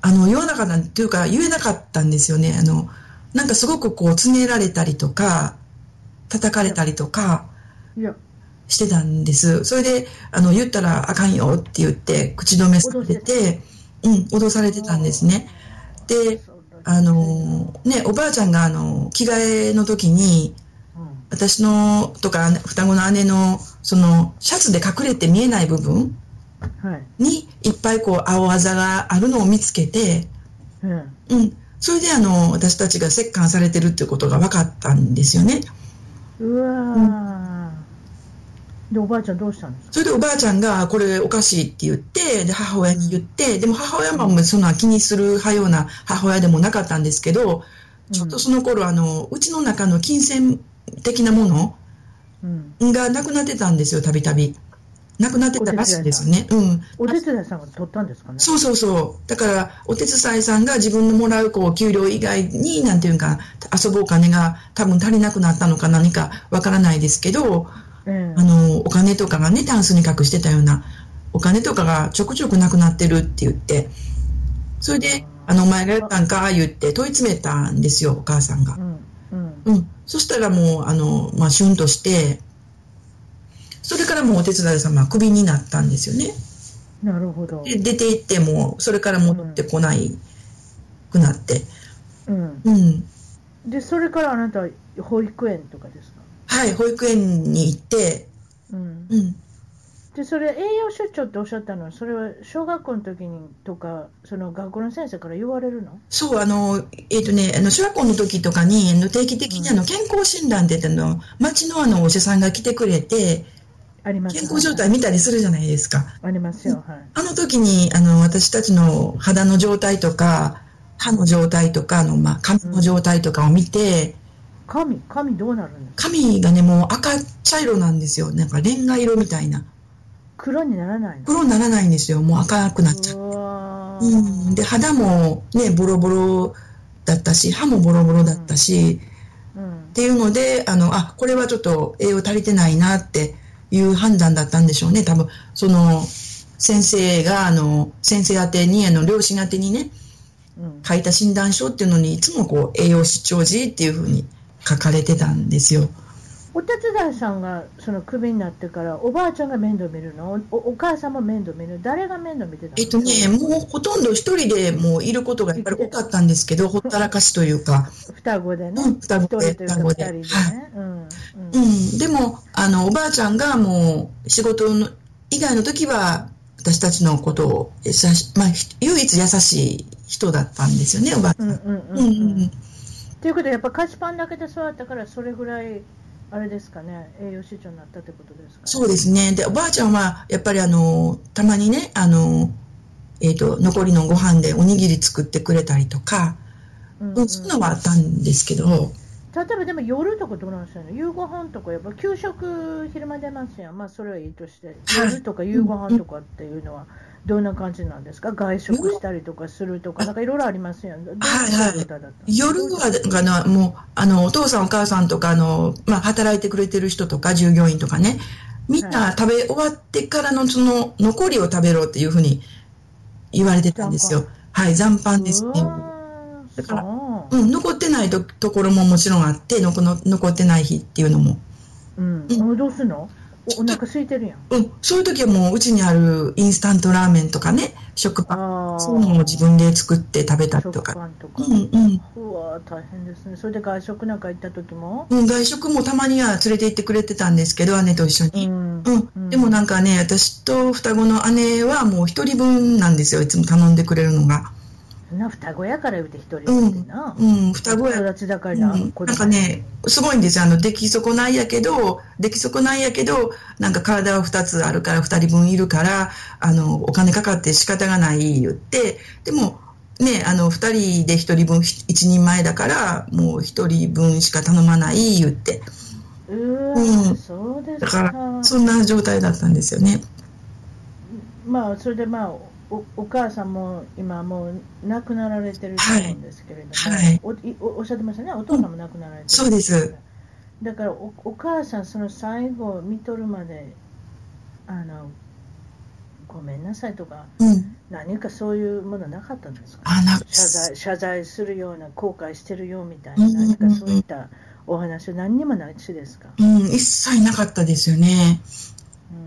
たのあの、言わなかったというか、言えなかったんですよね。あの、なんかすごくこう、つねられたりとか、叩かれたりとかいや、してたんです。それで、あの、言ったらあかんよって言って、口止めされ脅されて、うん、脅されてたんですね。で、あの、ね、おばあちゃんが、あの、着替えの時に、うん私のとか姉双子の姉のそのシャツで隠れて見えない部分はい。にいっぱいこう青あざがあるのを見つけて、うん。うん、それであの私たちが折檻されてるっていうことが分かったんですよねうわー、で、おばあちゃんどうしたんですかそれでおばあちゃんがこれおかしいって言ってで母親に言ってでも母親もそんな気にするはような母親でもなかったんですけどちょっとその頃あのうちの中の金銭的なものうん。がなくなってたんですよたびたびなくなってたらしいんですよねうんお手伝いさんが取ったんですかねそうそうそう。だから、お手伝いさんが自分のもらう、こう、給料以外に、なんていうか、遊ぶお金が多分足りなくなったのか何かわからないですけど、ええあの、お金とかがね、タンスに隠してたような、お金とかがちょくちょくなくなってるって言って、それで、あの、お前がやったんか、言って問い詰めたんですよ、お母さんがう。ん。うん。うん。そしたらもう、あの、まあ、シュンとして、それからもうお手伝い様はクビになったんですよね。なるほど。で出て行ってもそれから戻ってこないくなって、うん。うん、で、それからあなたは保育園とかですかはい保育園に行って、うん。うん、で、それ、栄養出張っておっしゃったのは、それは小学校の時にとか、その学校の先生から言われるのそうあのえっ、とねあの小学校の時とかにあの定期的にあの健康診断って言ってあの町のあのお医者さんが来てくれてあります健康状態見たりするじゃないですかありますよ。はい。あの時にあの私たちの肌の状態とか歯の状態とかあの、まあ、髪の状態とかを見て神、神どうなるんですか髪がねもう赤茶色なんですよなんかレンガ色みたいな。黒にならないの黒にならないんですよ。もう赤くなっちゃう。うわうん、で、肌もね、ボロボロだったし、歯もボロボロだったし、うんっ。ていうので、あの、あ、これはちょっと栄養足りてないなっていう判断だったんでしょうね。多分、その、先生が、あの、先生宛てに、あの、両親宛てにね、うん。書いた診断書っていうのに、いつもこう、栄養失調時っていうふうに書かれてたんですよ。お手伝いさんがそのクビになってからおばあちゃんが面倒見るのおお母さんも面倒見る誰が面倒見てたのえっとね、もうほとんど一人でもういることがやっぱり多かったんですけど、ほったらかしというか、双子でねうん双子で一人というか双子で二人でね、うんううんん、でもあのおばあちゃんがもう仕事の以外の時は私たちのことを優し、まあ、ひ唯一優しい人だったんですよねおばあちゃうんん。うんううんんううんんということでやっぱ菓子パンだけで育ったからそれぐらいあれですかね栄養失調になったってことですか、ね、そうですねでおばあちゃんはやっぱりあのたまにねあの、えー、と残りのご飯でおにぎり作ってくれたりとか、うんううんん、そんなのはあったんですけど例えばでも夜とかどうなんですかね夕ご飯とかやっぱ給食昼間出ますやんまあそれはいいとして夜とか夕ご飯とかっていうのはどんな感じなんですか外食したりとかするとかなんかいろいろありますやんどういう方だったの夜はあのもうあのお父さんお母さんとかあの、まあ、働いてくれてる人とか従業員とかねみんな食べ終わってからのその残りを食べろっていうふうに言われてたんですよはい残飯ですねうわーだからそううん、残ってないとところももちろんあってのこの残ってない日っていうのも、うん、うあどうすんのおお腹空いてるやんうん、そういう時はもううちにあるインスタントラーメンとかね食パンああそういうのを自分で作って食べたりと食か、パンとか、うんうんうわー大変ですねそれで外食なんか行った時もうん、外食もたまには連れて行ってくれてたんですけど姉と一緒に。うんうん、でもなんかね、私と双子の姉はもう一人分なんですよ、いつも頼んでくれるのが。そんな双子やから言うて一人やってな、うん、双子や。育ちだかうらん、な、なん子供かね、すごいんですよ、あの、出来損ないやけど、出来損ないやけど、なんか体は二つあるから、二人分いるから、あの、お金かかって仕方がない言って、でも、ね、あの、二人で一人分、ひ一人前だから、もう一人分しか頼まない言って、うわ、うんそうですだかから、そんな状態だったんですよね。まあそれでまあおお母さんも今もう亡くなられてると思うんですけれども、はいおいおおっしゃってましたねお父さんも亡くなられてる、そうですだからおお母さんその最後を見とるまであのごめんなさいとかうん。何かそういうものなかったんですかあな謝罪謝罪するような後悔してるよみたいな何かそういったお話は何にもないしですか、うん、一切なかったですよね。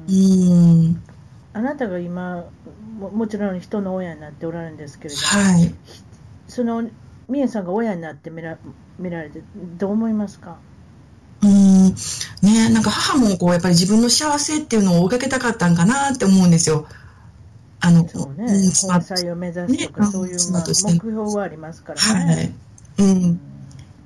ううんん、あなたが今ももちろん人の親になっておられるんですけれども、はい。その美恵さんが親になって見ら見られてどう思いますか、うん、ね、なんか母もこう、やっぱり自分の幸せっていうのを追いかけたかったんかなって思うんですよ。あの、そうね、うん妻本妻を目指すとか、ねそういう、ま妻あ、と目して標はありますからはね。い。ううんん、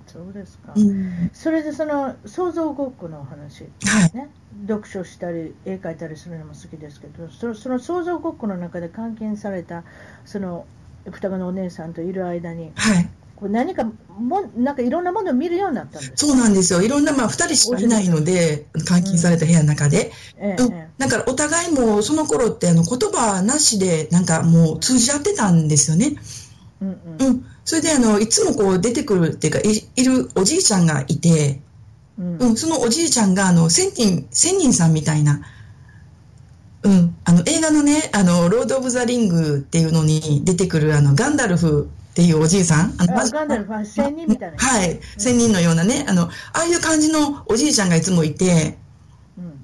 そうですか、うん、それでその想像ごっこのお話、はい。ね、読書したり絵描いたりするのも好きですけどそのその想像ごっこの中で監禁されたその双子のお姉さんといる間にはい。こう何かもなんかいろんなものを見るようになったんですそうなんですよ。いろんな、まあ、二人しかいないので、監禁された部屋の中で。ええうんえだから、お互いも、その頃って、あの、言葉なしで、なんかもう通じ合ってたんですよね。えうんうんうん、それであのいつもこう出てくるっていうかいいるおじいちゃんがいて、うんうん、そのおじいちゃんがあの千人千人さんみたいな、うん、あの映画のね「あのロード・オブ・ザ・リング」っていうのに出てくるあのガンダルフっていうおじいさんあのあガンダルファッション人みたいな、はい、千人のようなねあのああいう感じのおじいちゃんがいつもいて。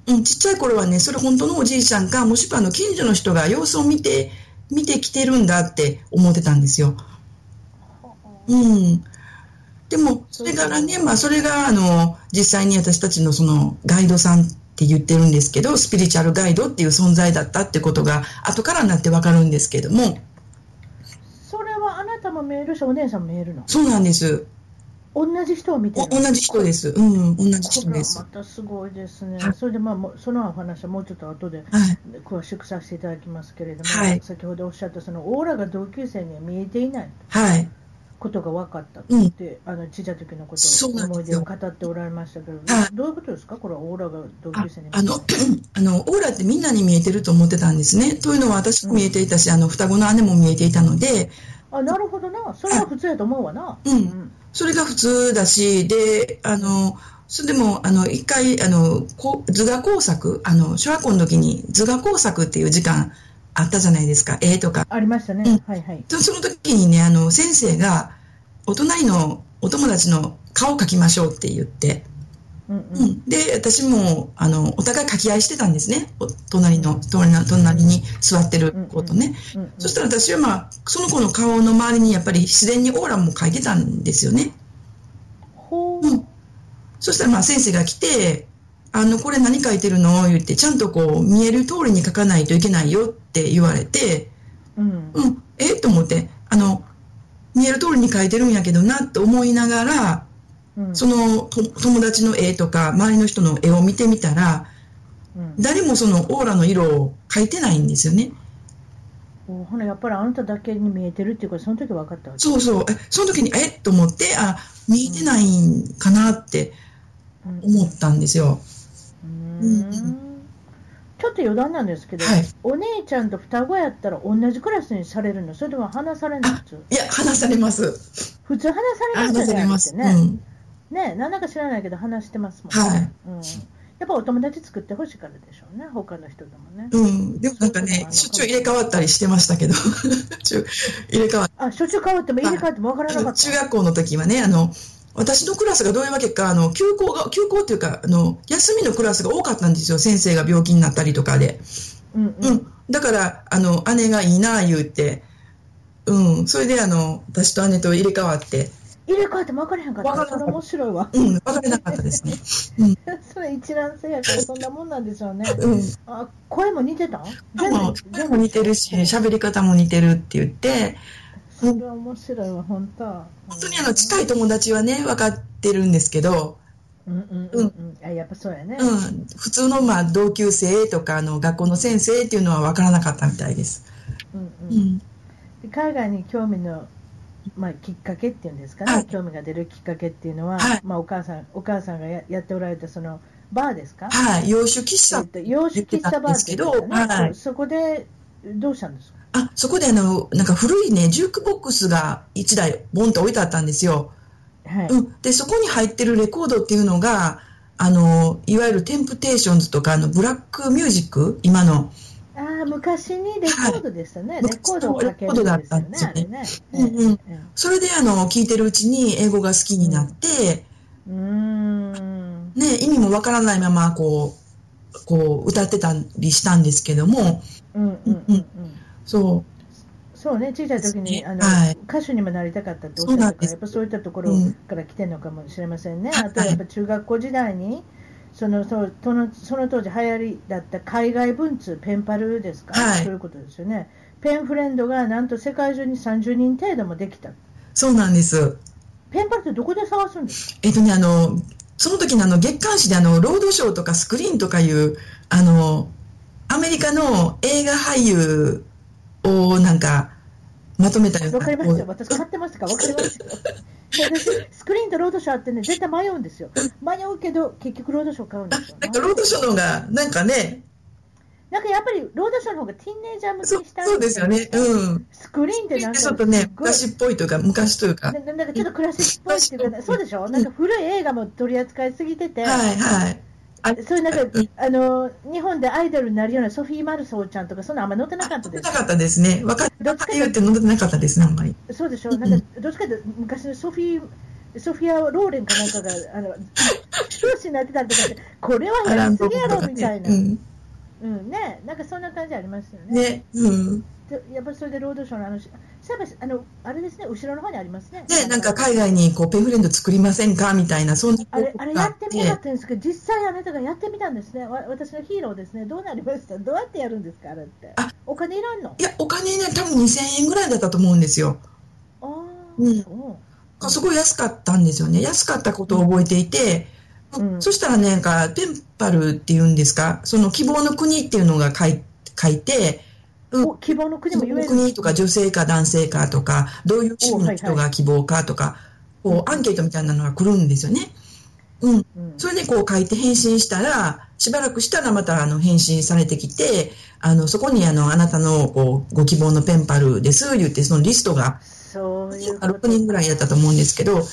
うんうん、ちっちゃい頃はね、それ本当のおじいちゃんか、もしくはあの近所の人が様子を見て、見てきてるんだって思ってたんですよ。うん。でも、それからね、まあ、それが、あの、実際に私たちのその、ガイドさんって言ってるんですけど、スピリチュアルガイドっていう存在だったってことが、後からになってわかるんですけども、それはあなたも見えるしお姉さんも見えるのそうなんです。同じ人を見ておる同のじ人です。うん、同じこ人れではすま。たすごいですねはいそれでまあもうそのお話はもうちょっと後ではい。詳しくさせていただきますけれども、はい先ほどおっしゃったそのオーラが同級生には見えていないはい。ことが分かったって、うん。あの小さい時のことそうなんですよ思い出を語っておられましたけど、はいどういうことですか、これはオーラが同あ級生に見あえていないの あのオーラってみんなに見えてると思ってたんですね。というのは私も見えていたし、あの双子の姉も見えていたのであなるほどな、それは普通やと思うわな。うんそれが普通だしであのそれでもあの一回あのこ図画工作あの小学校の時に図画工作っていう時間あったじゃないですか絵とか。ありましたね、うんはいはい。でその時にねあの先生がお隣のお友達の顔を描きましょうって言って、うんううんん、で私もあのお互い描き合いしてたんですねお隣の隣の隣に座ってる子とね。うんうんそしたら私はまあ、その子の顔の周りにやっぱり自然にオーラも描いてたんですよね。ほう、うん。そしたらまあ先生が来て、あの、これ何描いてるの言って、ちゃんとこう、見える通りに描かないといけないよって言われて、うんうん、えと思って、あの、見える通りに描いてるんやけどなと思いながら、うんそのと友達の絵とか周りの人の絵を見てみたら、うん誰もそのオーラの色を描いてないんですよね。おほなやっぱりあなただけに見えてるっていうことその時分かったわけ。そうそう、えその時に、えっと思って、あ、見えてないんかなってうんう思ったんですよ。ーんちょっと余談なんですけど、はいお姉ちゃんと双子やったら同じクラスにされるのそれとも話されない普通いや、話されます。普通話されます話よさねれます。あれってうね、ん。ね何だか知らないけど話してますもんね、はい。うん、やっぱお友達作ってほしいからでしょうね他の人でもね、うん。でもなんかね、しょっちゅう入れ替わったりしてましたけど、 しょっちゅう入れ替わっあしょっちゅう変わっても入れ替わっても分からなかあのった中学校の時はね、あの、私のクラスがどういうわけか、あの、休校が、休校っていうか、あの、休みのクラスが多かったんですよ。先生が病気になったりとかで。うんうんうん、だからあの姉がいいな言うて、うん、それであの私と姉と入れ替わって、入れ替わっても分からへんかった分からなかそったれ面白いわ うん、別れなかったですね。それ一覧性やからそんなもんなんでしょうねうん、あ声も似てたでも全声部も似てるし喋り方も似てるって言ってそれは面白いわ本当本本当にあの近い友達はね分かってるんですけど、うんうんうんうんあやっぱそうやね、うん、普通のまあ同級生とかあの学校の先生っていうのは分からなかったみたいです。うんううんん、で海外に興味の、まあ、きっかけっていうんですかね、はい興味が出るきっかけっていうのは、はいまあ、お母さんお母さんがややっておられたそのバーですか、はい、洋酒喫え茶っと洋式したバーっていうんですか言ってたんですけどはねいそそこでどうしたんですか、あそこであのなんか古いねジュークボックスが1台ボンと置いてあったんですよ。はいうん、でそこに入ってるレコードっていうのがあのいわゆるテンプテーションズとかあのブラックミュージック今のあああ、昔にレコードでしたね。いレコードをかけるんレコードだっですたよんですよねね。あれうんねうんえええそれであの聞いてるうちに英語が好きになって、えうーん。ね、意味もわからないままこうこう歌ってたりしたんですけどもうんうんうんうん。そそうね、小さい時に、ねあの、はい歌手にもなりたかったっておっしゃったそうなんでから、すやっぱそういったところうんから来てるのかもしれませんね。はいあと、やっぱ中学校時代に、その、そうその、その当時流行りだった海外文通、ペンパルですか、はいそういうことですよね。ペンフレンドがなんと世界中に30人程度もできた。うそうなんです。ペンパルってどこで探すんですかえっとね、あの、その時のあの月刊誌であの、ロードショーとかスクリーンとかいう、あの、アメリカの映画俳優をなんか、まとめたような。わかりました。こ私買ってましたからわかりましたよ。 私スクリーンとロードショーあってね、絶対迷うんですよ。迷うけど、結局ロードショー買うんですよう。なんかロードショーの方が、なんかね、なんかやっぱりロードショーの方がティーンネイジャー向そきうにしたそうですよね。うん。スクリーンってなんかちょっとね、昔昔っぽいというか、昔というか。はないなんかちょっとクラシックっぽいっていうか、ね、そうでしょ、んなんか古い映画も取り扱いすぎてて、はい。あそういうなんかうん、あの日本でアイドルになるようなソフィー・マルソーちゃんとか、そんなあんま載ってなかったでなかったですね。若いどっちかと俳優って飲んでなかったですね、あんまり。す、そうでしょ、なんかどっちかというと、昔のソフィー、ソフィア・ローレンかなんかが、あの教師になってたりとかして、これはアラやンりドすとぎやろかみたいな、ね。ううんん。ね、なんかそんな感じありますよね、ね、うん。でやっぱりそれでロードショーの話、そういえばあのあれですね、後ろの方にありますね、ね、なんか海外にこう、ペンフレンド作りませんかみたいな、そんなあれあれやってみがなあかったんですけど、実際あなたがやってみたんですね、わ私のヒーローですね、どうなりました、 どうやってやるんですか、あれってあ。お金いらんのいや、お金ね、多分2000円ぐらいだったと思うんですよ。あー、うんそうすごい安かったんですよね。安かったことを覚えていて、うんそしたらね、なんか、ペンパルっていうんですか、その希望の国っていうのが書い書いて、うんお希望の国希も言え望のる国とか女性か男性かとか、どういう趣味の人が希望かとか、はいこう、アンケートみたいなのが来るんですよね。ううん。んそれでこう書いて返信したら、しばらくしたらまたあの返信されてきて、あの、そこにあの、あなたのこうご希望のペンパルです、言って、そのリストがそういうこ6と人ぐらいやったと思うんですけど、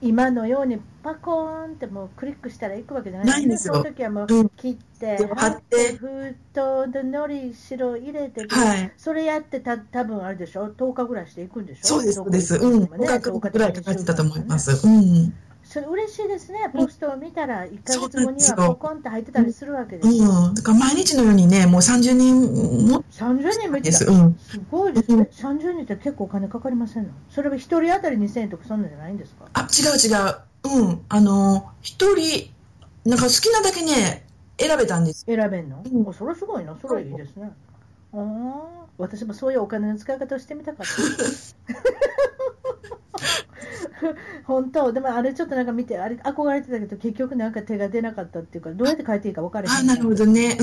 今のようにパコーンってもうクリックしたらいくわけじゃないないんですよその時はもうんう切って、でも貼貼っってて、封筒で海苔、白入れて、はいそれやってた多分あれでしょ、10日ぐらいしていくんでしょ、そうです、そうです。どこう行ん。っても5ね学10ぐらいかかってたと思いま。す。うん。それ嬉しいですね、ポストを見たら、1かそう月な後んでにすよはポコンって入ってたりするわけです。うん。だから毎日のようにね、もう30人も30人もいてでたす。すうん。ごいですね、30人って結構お金かかりませんのそれは1人当たり2000円とかそんなんじゃないんですかあ、違う違う。うん。あの、一人、なんか好きなだけね、選べたんです。選べんの、うんおそれすごいな、それはいいですね。ああ、私もそういうお金の使い方をしてみたか った。本当、でもあれちょっとなんか見て、あれ憧れてたけど、結局なんか手が出なかったっていうか、どうやって書いていいか分からへんあ、なるほどね。う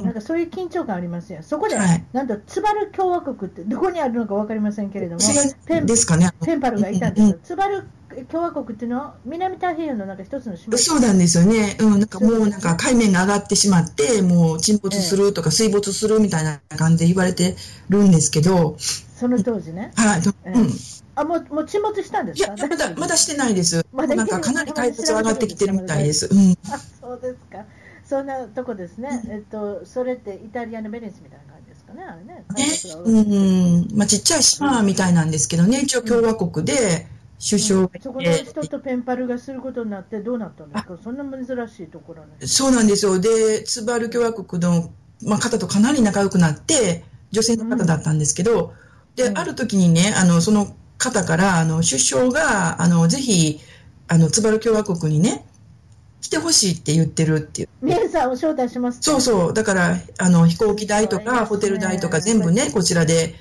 ん。なんかそういう緊張感ありますよ。そこで、はいなんとツバル共和国ってどこにあるのかわかりませんけれども、ペ違うン ですかね。ペンパルがいたんですうんよ。ツバル共和国っていうのは南太平洋のなんか一つの島。そうなんですよね。うん。なんかもうなんか海面が上がってしまって、もう沈没するとか水没するみたいな感じで言われてるんですけど、その当時ね。はい。うん。あ、もうもう沈没したんでいすや、かまだ、まだしてないです。まだないんけるかかなり海抜が上がってきてるみたいです。うん。あ そうですか。そんなとこですね。えっと、それってイタリアのベネスみたいな感じですかね。あれね。ね海賊が多いうん。まあ、ちっちゃい島みたいなんですけどね、一応共和国で首相がいそこのて、人とペンパルがすることになってどうなったんですかそんな珍しいところの人そうなんですよ。で、ツバル共和国の、まあ、方とかなり仲良くなって、女性の方だったんですけど、で、うんある時にね、あの、その方から、あの、首相が、あの、ぜひ、あの、ツバル共和国にね、来てほしいって言ってるっていう。ミエさんを招待しますってそうそう、だからあの飛行機代そとうですかねホテル代とか全部ね、こちらで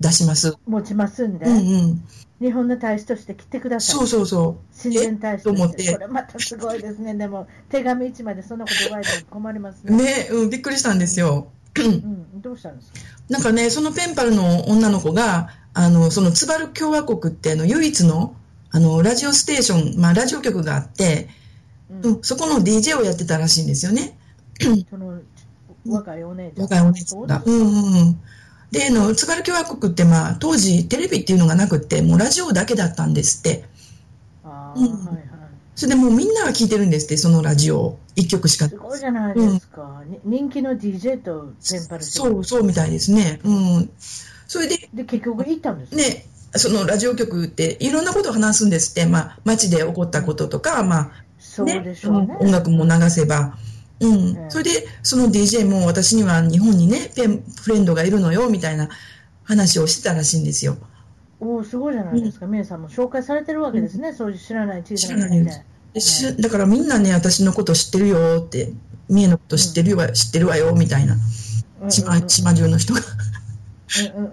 出します。持ちますんで、うんうん、日本の大使として来てくださいそうそうそ親善大使えと思っしててこれまたすごいです ねでも手紙一枚でそんなこと言われても困りますう、ねねうん、びっくりしたんですよ。うん、どうしたんですかなんかね、そのペンパルの女の子が、あのそのツバル共和国ってあの唯一のあのラジオステーション、まあ、ラジオ局があって、うんうん、そこの DJ をやってたらしいんですよね、その若いお姉ちゃん若いお姉さんそうが。ですうんうんうんであの、津軽共和国って、まあ、当時、テレビっていうのがなくって、もうラジオだけだったんですって、あうんーはいはいそれでもうみんなが聞いてるんですって、そのラジオを。一曲しかす。ごいじゃないですか。に人気の DJ とテンパル。そうう、そうみたいですね。うん。それで、で、結局行ったんですよね、そのラジオ局っていろんなことを話すんですって、まあ、街で起こったこととか、まあ、そうねでしょうね。うん音楽も流せば。うんうんそれで、その DJ も私には日本にね、ペンフレンドがいるのよ、みたいな話をしてたらしいんですよ。おお、すごいじゃないですか。みえさんも紹介されてるわけですね。そういう知らない小さな知ら国なでい。でしだからみんなね、私のこと知ってるよって、三重のこと知ってるわ、知ってるわよ、みたいな、うんうん島島中の人が。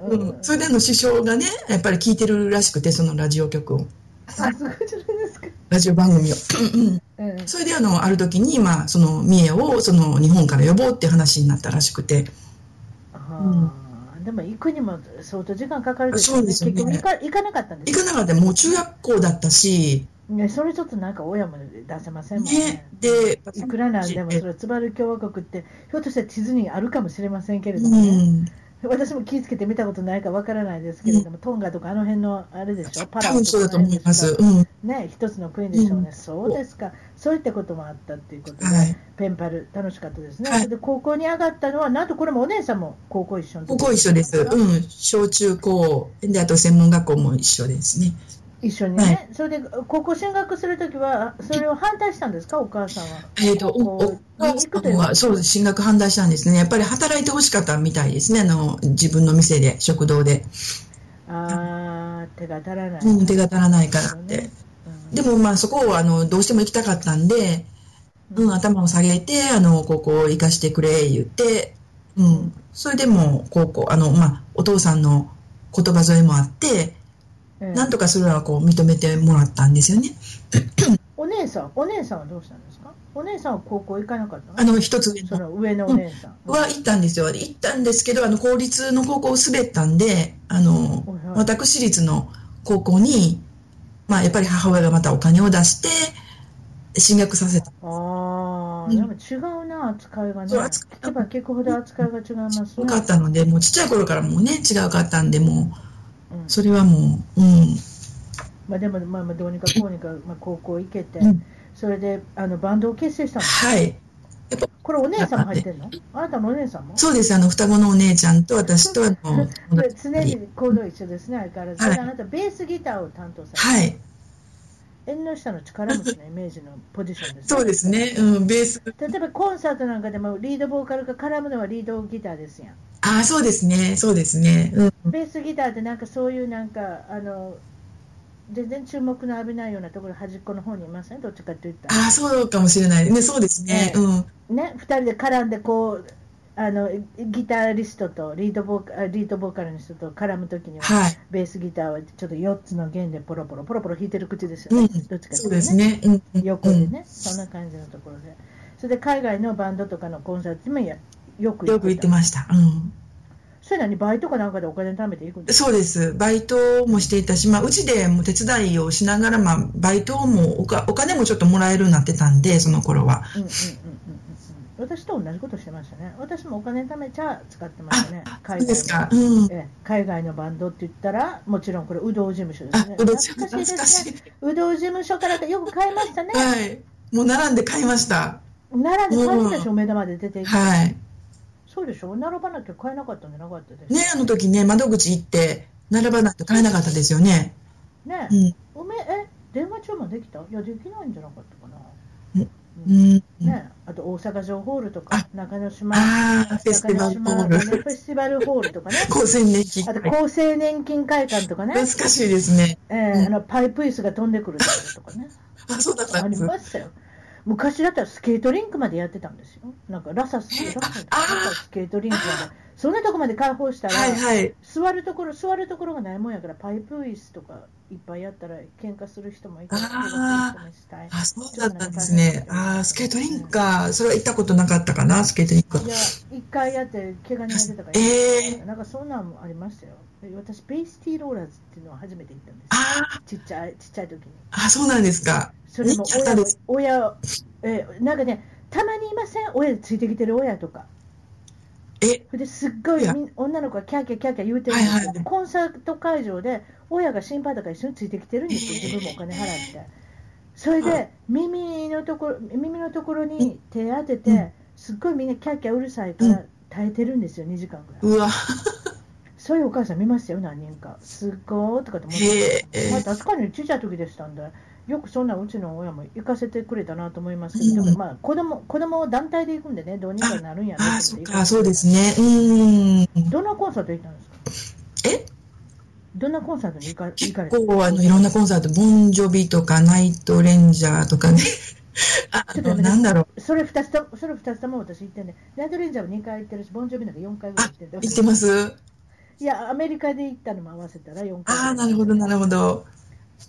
うんうんうんうんうんそれであの師匠がね、やっぱり聞いてるらしくて、そのラジオ局を、あすごいじゃないですか。ラジオ番組を。うんそれであの、ある時に、まあ、その三重をその日本から呼ぼうって話になったらしくて。あーでも行くにも相当時間かかるでしょそうですよね結局行か行かなかったんで行すかなかったもう中学校だったし、ね、それちょっとなんか親も出せませんもんねね、。で、いくらなんでも、それ、ツバル共和国って、ひょっとしたら地図にあるかもしれませんけれどうもね、ん、私も気をつけて見たことないからわからないですけれども、トンガとかあの辺のあれでしょ、パ多ラオと分かそうだと思います。あうん、はの辺ですかね、一つの国でしょうね、うんそうですか、そういったこともあったっていうことで、い。ペンパル、楽しかったですね、はいそれで高校に上がったのは、なんとこれもお姉さんも高校一緒の時ここ一緒です。うん、小中高、で、あと専門学校も一緒ですね。一緒にね、はそれで高校進学するときは、それを反対したんですか、お母さんは。えっ、と、お高校おに行母くとさいんうは、そうです、進学反対したんですね。やっぱり働いてほしかったみたいですね。あの、自分の店で、食堂で。あー手が足らない。うん、手が足らないからって。うんでも、まあ、そこを、あの、どうしても行きたかったんで、うん、頭を下げて、あの、高校行かしてくれ、言って、うん、それでも、高校、あの、まあ、お父さんの言葉添えもあって、ええなんとかそれはこう、認めてもらったんですよね。お姉さん、お姉さんはどうしたんですかお姉さんは高校行かなかったあのの、一つ上そのの上のお姉さん。は行ったんですよ。行ったんですけど、あの、公立の高校を滑ったんで、あの、はいはい私立の高校に、まあ、やっぱり母親がまたお金を出して、進学させた。ああ、うんでも違うな、扱いがね。そう扱い聞けば聞くほど扱いが違いますよねか。ったので、もうちっちゃい頃からもうね、違うかったんで、もうんう、それはもう、うん、まあ、でも、まあ、まあどうにかこうにか、まあ、高校行けて、うんそれであのバンドを結成したの。はい。これ、お姉さんも入ってるのあなたのお姉さんもそうです、あの、双子のお姉ちゃんと私と、あの、これ常に行動一緒ですね、相変わらず。はいであなた、ベースギターを担当されて、はい。縁の下の力持ち のイメージのポジションです、そうですね、うん、ベース。例えばコンサートなんかでもリードボーカルが絡むのはリードギターですやん。ああ、そうですね、そうですね。うん。ベースギターってなんかそういうなんかあの全然注目の浴びないようなところ端っこの方にいませんどっちかって言ったらああ、そうかもしれない。ね、そうですね。ええうん。ね二人で絡んでこうあのギタリストとリードボーカリードボーカルの人と絡むときには、はい。ベースギターはちょっと4つの弦でポロポロポロポロ弾いてる口ですよね、うんどっちかってそいううとですね。うんうん。横でうね、んそんな感じのところでそれで海外のバンドとかのコンサートにもやよく行よく行ってました。うん。それなにバイトかなんかでお金貯めていく んですかそうです。バイトもしていたし、まあ、うちでも手伝いをしながら、まあ、バイトもおか、お金もちょっともらえるようになってたんで、その頃は。うんうんうんうんうん私と同じことしてましたね。私もお金貯めちゃ使ってましたね。そ海外うですのか。うん。ええ海外のバンドって言ったら、もちろんこれ、有働事務所であすね、。うどん懐かしい懐でかすしね。い。有働事務所からよく買いましたね。はい。もう並んで買いました。奈良で買ってたでしょ、う目玉で出ていて。はい。そうでしょ、並ばなきゃ買えなかったんじゃなかったですね、あの時ね、窓口行って、並ばないと買えなかったですよね。ねうえ、ん。おめえ、電話注文できたいや、できないんじゃなかったかな。うん。ねえ、あと大阪城ホールとか、中之島、ああ、フェス中ティバ之ル島ホーフル。ェスティバルホールとか ね。高専年期。あと懐厚生年金会館とかね、かしいですね。えーあのパイプ椅子が飛んでくるとかね、 あ、そうだったあんでりす。ましたよ。昔だったらスケートリンクまでやってたんですよ。なんかラサスケえラサスああスケートリンクまで、そんなとこまで開放したら、はいはい。座るところ座るところがないもんやから、パイプ椅子とかいっぱいやったら喧嘩する人もいたり、あー喧嘩する人もいたりあ、そうだったんですね。あースケートリンクか。それは行ったことなかったかな、スケートリンクは。いや一回やって怪我人が出たから、ええなんかそんなんもありましたよ。私ベイスティーローラーズっていうのは初めて行ったんですよ。あーちっちゃいちっちゃい時に。あ、そうなんですか。それも人気あ親ったでもす親えーなんかね、たまにいません、親ついてきてる親とか、え、それですっごいいやみん女の子がキャーキャーキャーキャー言うてるんですよ、はいはいコンサート会場で親が心配だから一緒についてきてるんですよ、自分もお金払って。それで耳のところ耳のところに手当てて、すっごいみんなキャッキャうるさいから耐えてるんですよ、2時間ぐらい。うわ、そういうお母さん見ましたよ、何人か。すごーとかと思ってへ。えまあ、確かにちっちゃい時でしたんで、よくそんなうちの親も行かせてくれたなと思いますけど、うんまあ子供子供を団体で行くんでね、どうにかなるんやなと思っあてそっ行か、くそうですね。うん。どんなコンサート行ったんですかえどんなコンサートに行か行結かれたちょ構あのいろんなコンサート、ボンジョビとかナイトレンジャー とかね、あっとのやめてなんだろう、それ2つとそれ二つとも私行ってんで、ナイトレンジャーも2回行ってるし、ボンジョビなんか4回ぐらい行ってる言ってますいや、アメリカで行ったのも合わせたら4回。ああ、なるほど、なるほど。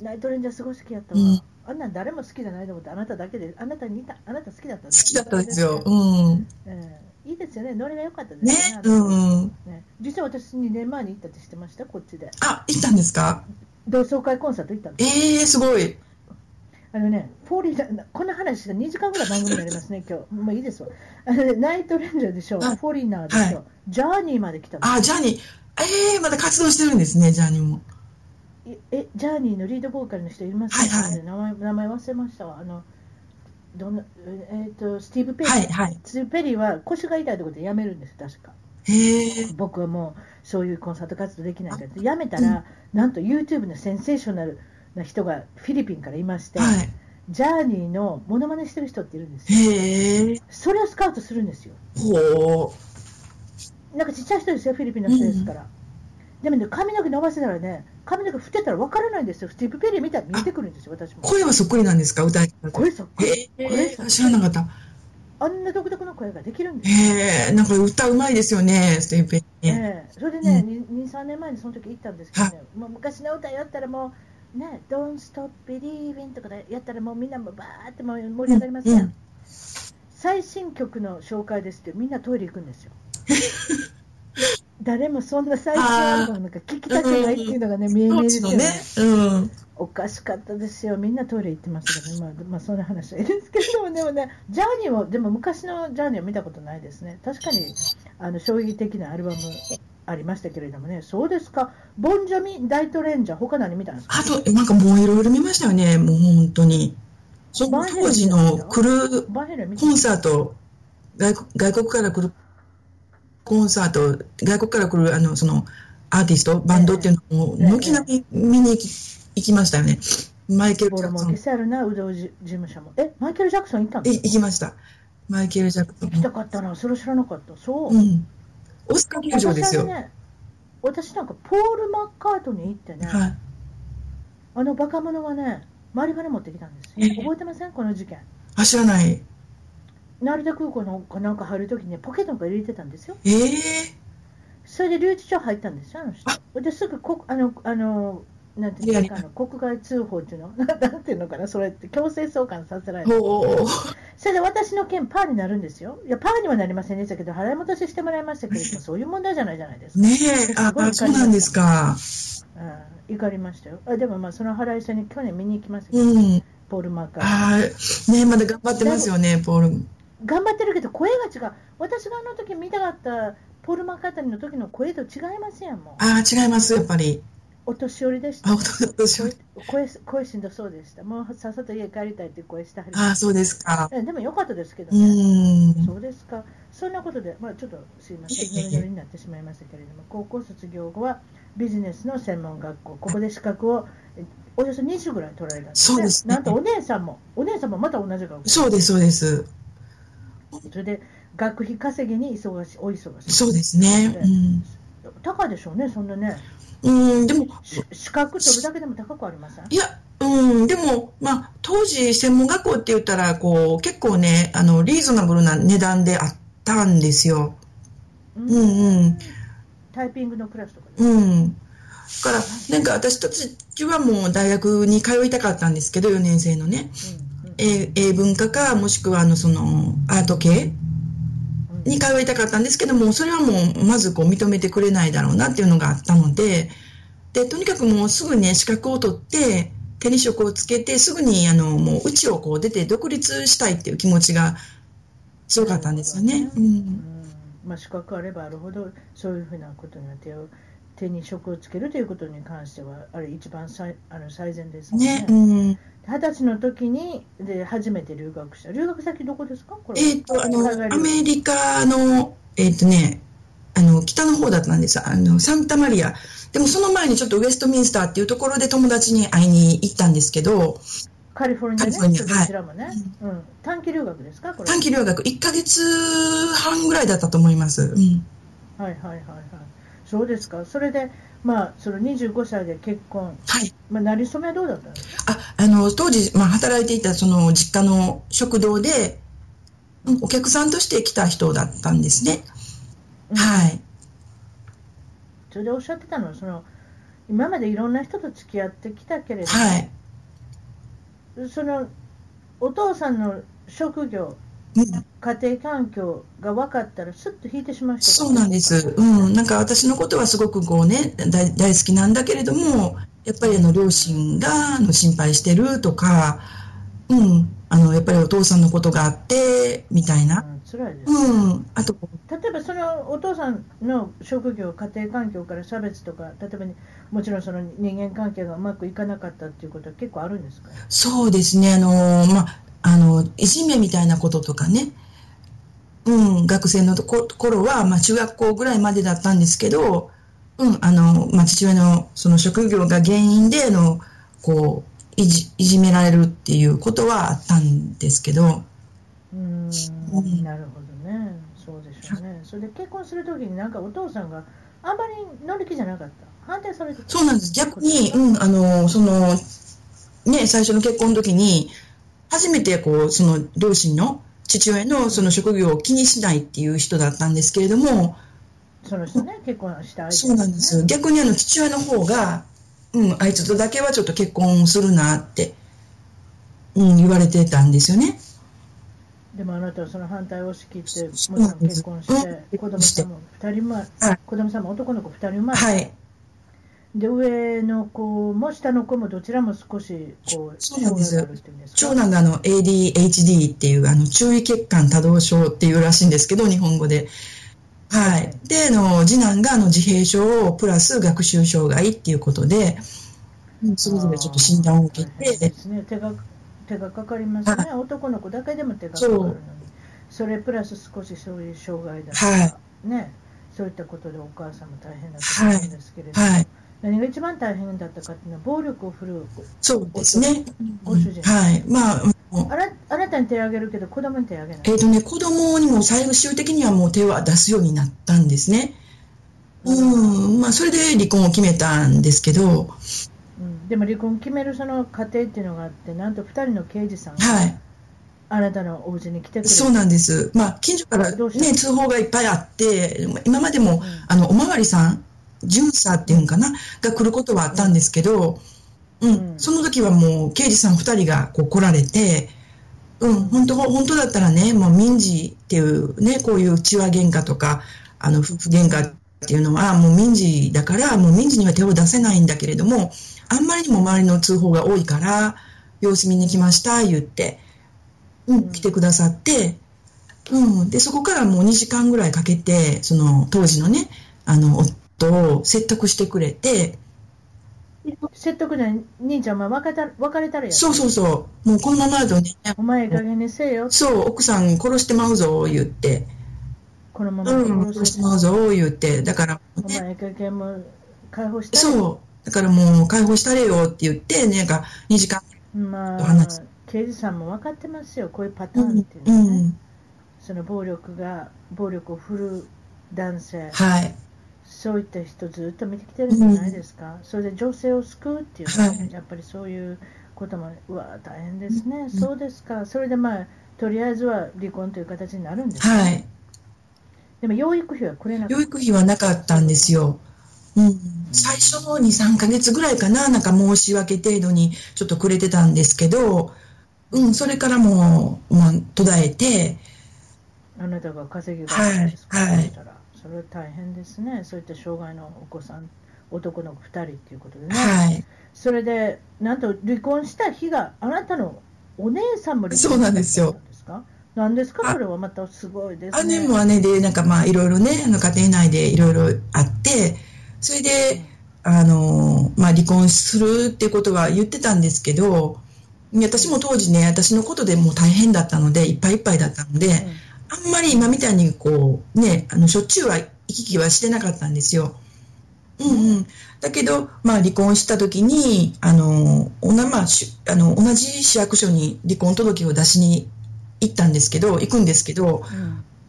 ナイトレンジャーすごい好きやったわ。うんあんなん誰も好きじゃないと思って、あなただけで、あなたに似た、あなた好きだったん好きだったんですよ。うん。うんいいですよね、ノリが良かったでねすね。、うん。ね実は私、2年前に行ったって知ってました、こっちで。あ、行ったんですか同窓会コンサート行ったんです。ええー、すごい。あのね、フォーリーナ、この話が2時間ぐらい番組になりますね、今日。もういいですわ。あのねナイトレンジャーでしょ、フはいォーリーナーでしょ、ジャーニーまで来たの。あ、ジャーニー、ええー、まだ活動してるんですね、ジャーニーも。いえ、ジャーニーのリードボーカルの人いますね、はいはい名前名前忘れましたわ。あのどんなええーとスティーブ・ペリー、はい、はい。スティーブ・ペリーは腰が痛いということで辞めるんです、確か。ええー、僕はもうそういうコンサート活動できないからってやめたら、なんと YouTube のセンセーショナルな人がフィリピンからいまして、はい。ジャーニーのモノマネしてる人っているんですよへえ、それをスカウトするんですよほなんかちっちゃい人ですよフィリピンの人ですから、でもね髪の毛伸ばせたらね髪の毛振ってたら分からないんですよスティーブ・ペリーみたいに見えてくるんですよ私う。も声はそっくりなんですか、歌い方と。これそっくりえー、知らなかった。あんな独特の声ができるんですよへえ、なんか歌うまいですよね、ステイペンね。ええそれでね、2、3年前にその時行ったんですけどね、もう昔の歌やったらもう、ね、Don't Stop Believing とかでやったらもうみんなもバーってもう盛り上がりますやん、うん最新曲の紹介ですってみんなトイレ行くんです よ。誰もそんな最新アルバムなんか聞きたくないっていうのがね、見え見え当で時すのよねね。うん。おかしかったですよ、みんなトイレ行ってましたけど、ね、まあ、まあ、そんな話はいいですけども、でもね、ジャーニーも、でも昔のジャーニーは見たことないですね、確かにあの衝撃的なアルバムありましたけれどもね、そうですか、ボンジョミ・ダイトレンジャー、他何見たんですか、あと、なんかもういろいろ見ましたよね、もう本当に。その当時の来るバンヘル見たコンサート、外国外国から来るコンサート、外国から来るあのそのアーティスト、バンドっていうのをええ軒並み見に行き行きましたよね。マイケル・ボジロャクもソ消ン。せあるな、うどうじ事務所も。え、マイケル・ジャクソン行ったんいです行きました。マイケル・ジャクソ行きたン。かったな、それ知らなかった、そう。うん。オスカー球場です私よ。はね私なんかポール・マッカートに行ってね、はい。あのバカ者がね、マリファナ持ってきたんですえよ。え覚えてませんこの事件。あ、知らない。成田空港のなんか入るときにねポケットなんか入れてたんですよ。ええそれで留置所入ったんですよ、あの人あ。ですぐこあの、あの、なんていいうやのいやあの国外通報っていうの なんていうのかな、それって強制送還させられて。ほう。それで私の件、パーになるんですよ。いや、パーにはなりませんでしたけど、払い戻ししてもらいましたけれども、そういう問題じゃないじゃないですか。ねえ、あ、あそうなんですか。うん、怒りましたよ。あでも、まあ、その払い下に去年見に行きましたけど、うん。ポール・マーカー。ああ、ねえ、まだ頑張ってますよね、ポール。頑張ってるけど声が違う私があの時見たかったポール・マッカートニーの時の声と違いますやんもうああ、違います、やっぱり。お年寄りでしたあ、お父さん声声声しんどそうでしたもうさっさと家帰りたいっていう声してはりまああ、しそうですか。たえでも良かったですけどうね、ん。そうですかそんなことで、まあ、ちょっとすいませんいえいえいえノリノリになってしまいましたけれども高校卒業後はビジネスの専門学校ここで資格をえおよそ20ぐらい取られたんです,、そうですねなんとお姉さんもお姉さんもまた同じ学校そうです、そうです。それで学費稼ぎに忙しお忙しいそうですね。高いでしょうね、そんなね、うん。うん、でも、し資格取るだけでも高くありませんいや、うん、でも、まあ、当時、専門学校って言ったら、こう、結構ね、あの、リーズナブルな値段であったんですよ。うんうんタイピングのクラスとかで、うん。だから、なんか私たちはもう大学に通いたかったんですけど、4年生のね。うんうん英英文化か、もしくはあの、その、アート系うんに通いたかったんですけども、それはもう、まずこう、認めてくれないだろうなっていうのがあったので、で、とにかくもうすぐね、資格を取って、手に職をつけて、すぐに、あの、もう、うちをこう、出て独立したいっていう気持ちが強かったんですよね。う。うんんまあ、資格あればあるほど、そういうふうなことには手を手に職をつけるということに関しては、あれ、一番最あの最善ですもんね、うん。二十歳の時にで初めて留学した。留学先どこですかこれはえっ、と、あの、海外ア留学メリカの、えっ、とね、あの、北の方だったんです。あの、サンタマリア。でもその前にちょっとウェストミンスターっていうところで友達に会いに行ったんですけど、カリフォルニアね。カリフォルニアちょっとこちらもね、うん。短期留学ですかこれは短期留学1ヶ月半ぐらいだったと思います。うん。はいはいはいはい。そうですか。それで、まあ、その25歳で結婚。はい。まあ、なりそめはどうだったんですかあ、あの、当時、まあ、働いていたその実家の食堂で、うんお客さんとして来た人だったんですね。うんはい。それでおっしゃってたのは、その、今までいろんな人と付き合ってきたけれど、はい。その、お父さんの職業、うん家庭環境が分かったら、すっと引いてしまう人そうなんです。うん。なんか私のことはすごくこうね、大大好きなんだけれども、やっぱりあの両親があの心配してるとか、うん。あの、やっぱりお父さんのことがあって、みたいうな。ん、辛いです。うん。あと、例えばそのお父さんの職業、家庭環境から差別とか、例えばねもちろんその人間関係がうまくいかなかったっていうことは結構あるんですかそうですね。あの、まあ、あの、いじめみたいなこととかね。うん。学生のとこ頃は、まあ、中学校ぐらいまでだったんですけど、うん。あの、まあ、父親のその職業が原因で、あの、こう、いじ、いじめられるっていうことはあったんですけど、うーんうんなるほどね、そうでしょうね。それで結婚するときに、なんかお父さんがあんまり乗り気じゃなかった、反対されてたそうなんです。逆に、うん、あの、その、ね、最初の結婚の時に、初めてこう、その両親の、父親のその職業を気にしないっていう人だったんですけれども、その人ね、結婚した相手そうなんです。逆にあの父親の方が、うん、あいつとだけはちょっと結婚するなって、うん、言われてたんですよね。でもあなたはその反対を押し切って、もちそうろなんんで結す婚して、子供さんも2人前はい、子供さんも男の子2人生まれはい。で上の子も下の子もどちらも少しこうそうなんです障害があるっていうんですか長男があの ADHD っていうあの注意欠陥多動症っていうらしいんですけど、日本語で。はい。で、あの次男があの自閉症プラス学習障害っていうことで、うんそれぞれちょっと診断を受大け変でて、すね手が手がかかりますね、男の子だけでも手がかかるのにそうそれプラス少しそういう障害だとか、はね、そういったことでお母さんも大変だと思うんですけれい。ど、はい。何が一番大変だったかっていうのは暴力を振るうそうですね。ご主人、はい。まあ、あのあらあなたに手を挙げるけど子供に手を挙げないえーとね、子供にも最終的にはもう手は出すようになったんですね。うん、まあ、それで離婚を決めたんですけど、うん、でも離婚を決めるその過程っていうのがあってなんと2人の刑事さんがはあなたのお家に来てくい、れそうなんです。まあ、近所からどうしたね、通報がいっぱいあって、今までも、あの、おまわりさん、巡査っていうんかな、が来ることはあったんですけど、うん、うんその時はもう、刑事さん二人がこう来られて、うん、本当、本当だったらね、もう民事っていうね、こういう血は喧嘩とか、あの、夫婦喧嘩っていうのは、もう民事だから、もう民事には手を出せないんだけれども、あんまりにも周りの通報が多いから、様子見に来ました、言って、ううんん、来てくださって、うん、で、そこからもう2時間ぐらいかけて、その、当時のね、あの、夫を説得してくれて、説得だよ兄ちゃんお前別れた別れたらやそうそうそう、もうこのままだとね、お前いい加減にせえよそう、奥さん殺してまうぞ、言って、このままうん、殺殺ししててまうぞ、言って、だから、お前いい加減もう解放してそう、だからもう解放したれよって言って、なんか2時間、まおあ話刑事さんも分かってますよこういうパタうーンっんていう、うのはね、ん、その暴力が暴力を振るう男性はい、そういった人ずっと見てきてるんじゃないですか、それで女性を救うっていうのは、はいやっぱりそういうこともうわ大変ですね、そうですかそれでまあとりあえずは離婚という形になるんです、はい。でも養育費はくれなか養っ育費はなかったんですよ。うん、最初の2、3ヶ月ぐらいかな、なんか申し訳程度にちょっとくれてたんですけど、うん、それからもう、まあ、途絶えて、たあなたが稼ぎがあるんですか、はいはいそしたらそれは大変ですねそういった障害のお子さん男の子2人っていうことでね、はい。それでなんと離婚した日があなたのお姉さんも離婚そうなんですよしたんですかなんですかあそれはまたすごいですね姉も姉で、なんかまあ、いろいろね、あの家庭内でいろいろあって、それで、あの、まあ、離婚するってことは言ってたんですけど、私も当時ね、私のことでもう大変だったので、いっぱいいっぱいだったので、あんまり今みたいにこう、ね、あのしょっちゅうは行き来はしてなかったんですよ。うんうん、だけど、まあ、離婚した時にあのおな、まあ、しあの同じ市役所に離婚届を出しに行ったんですけど行くんですけど、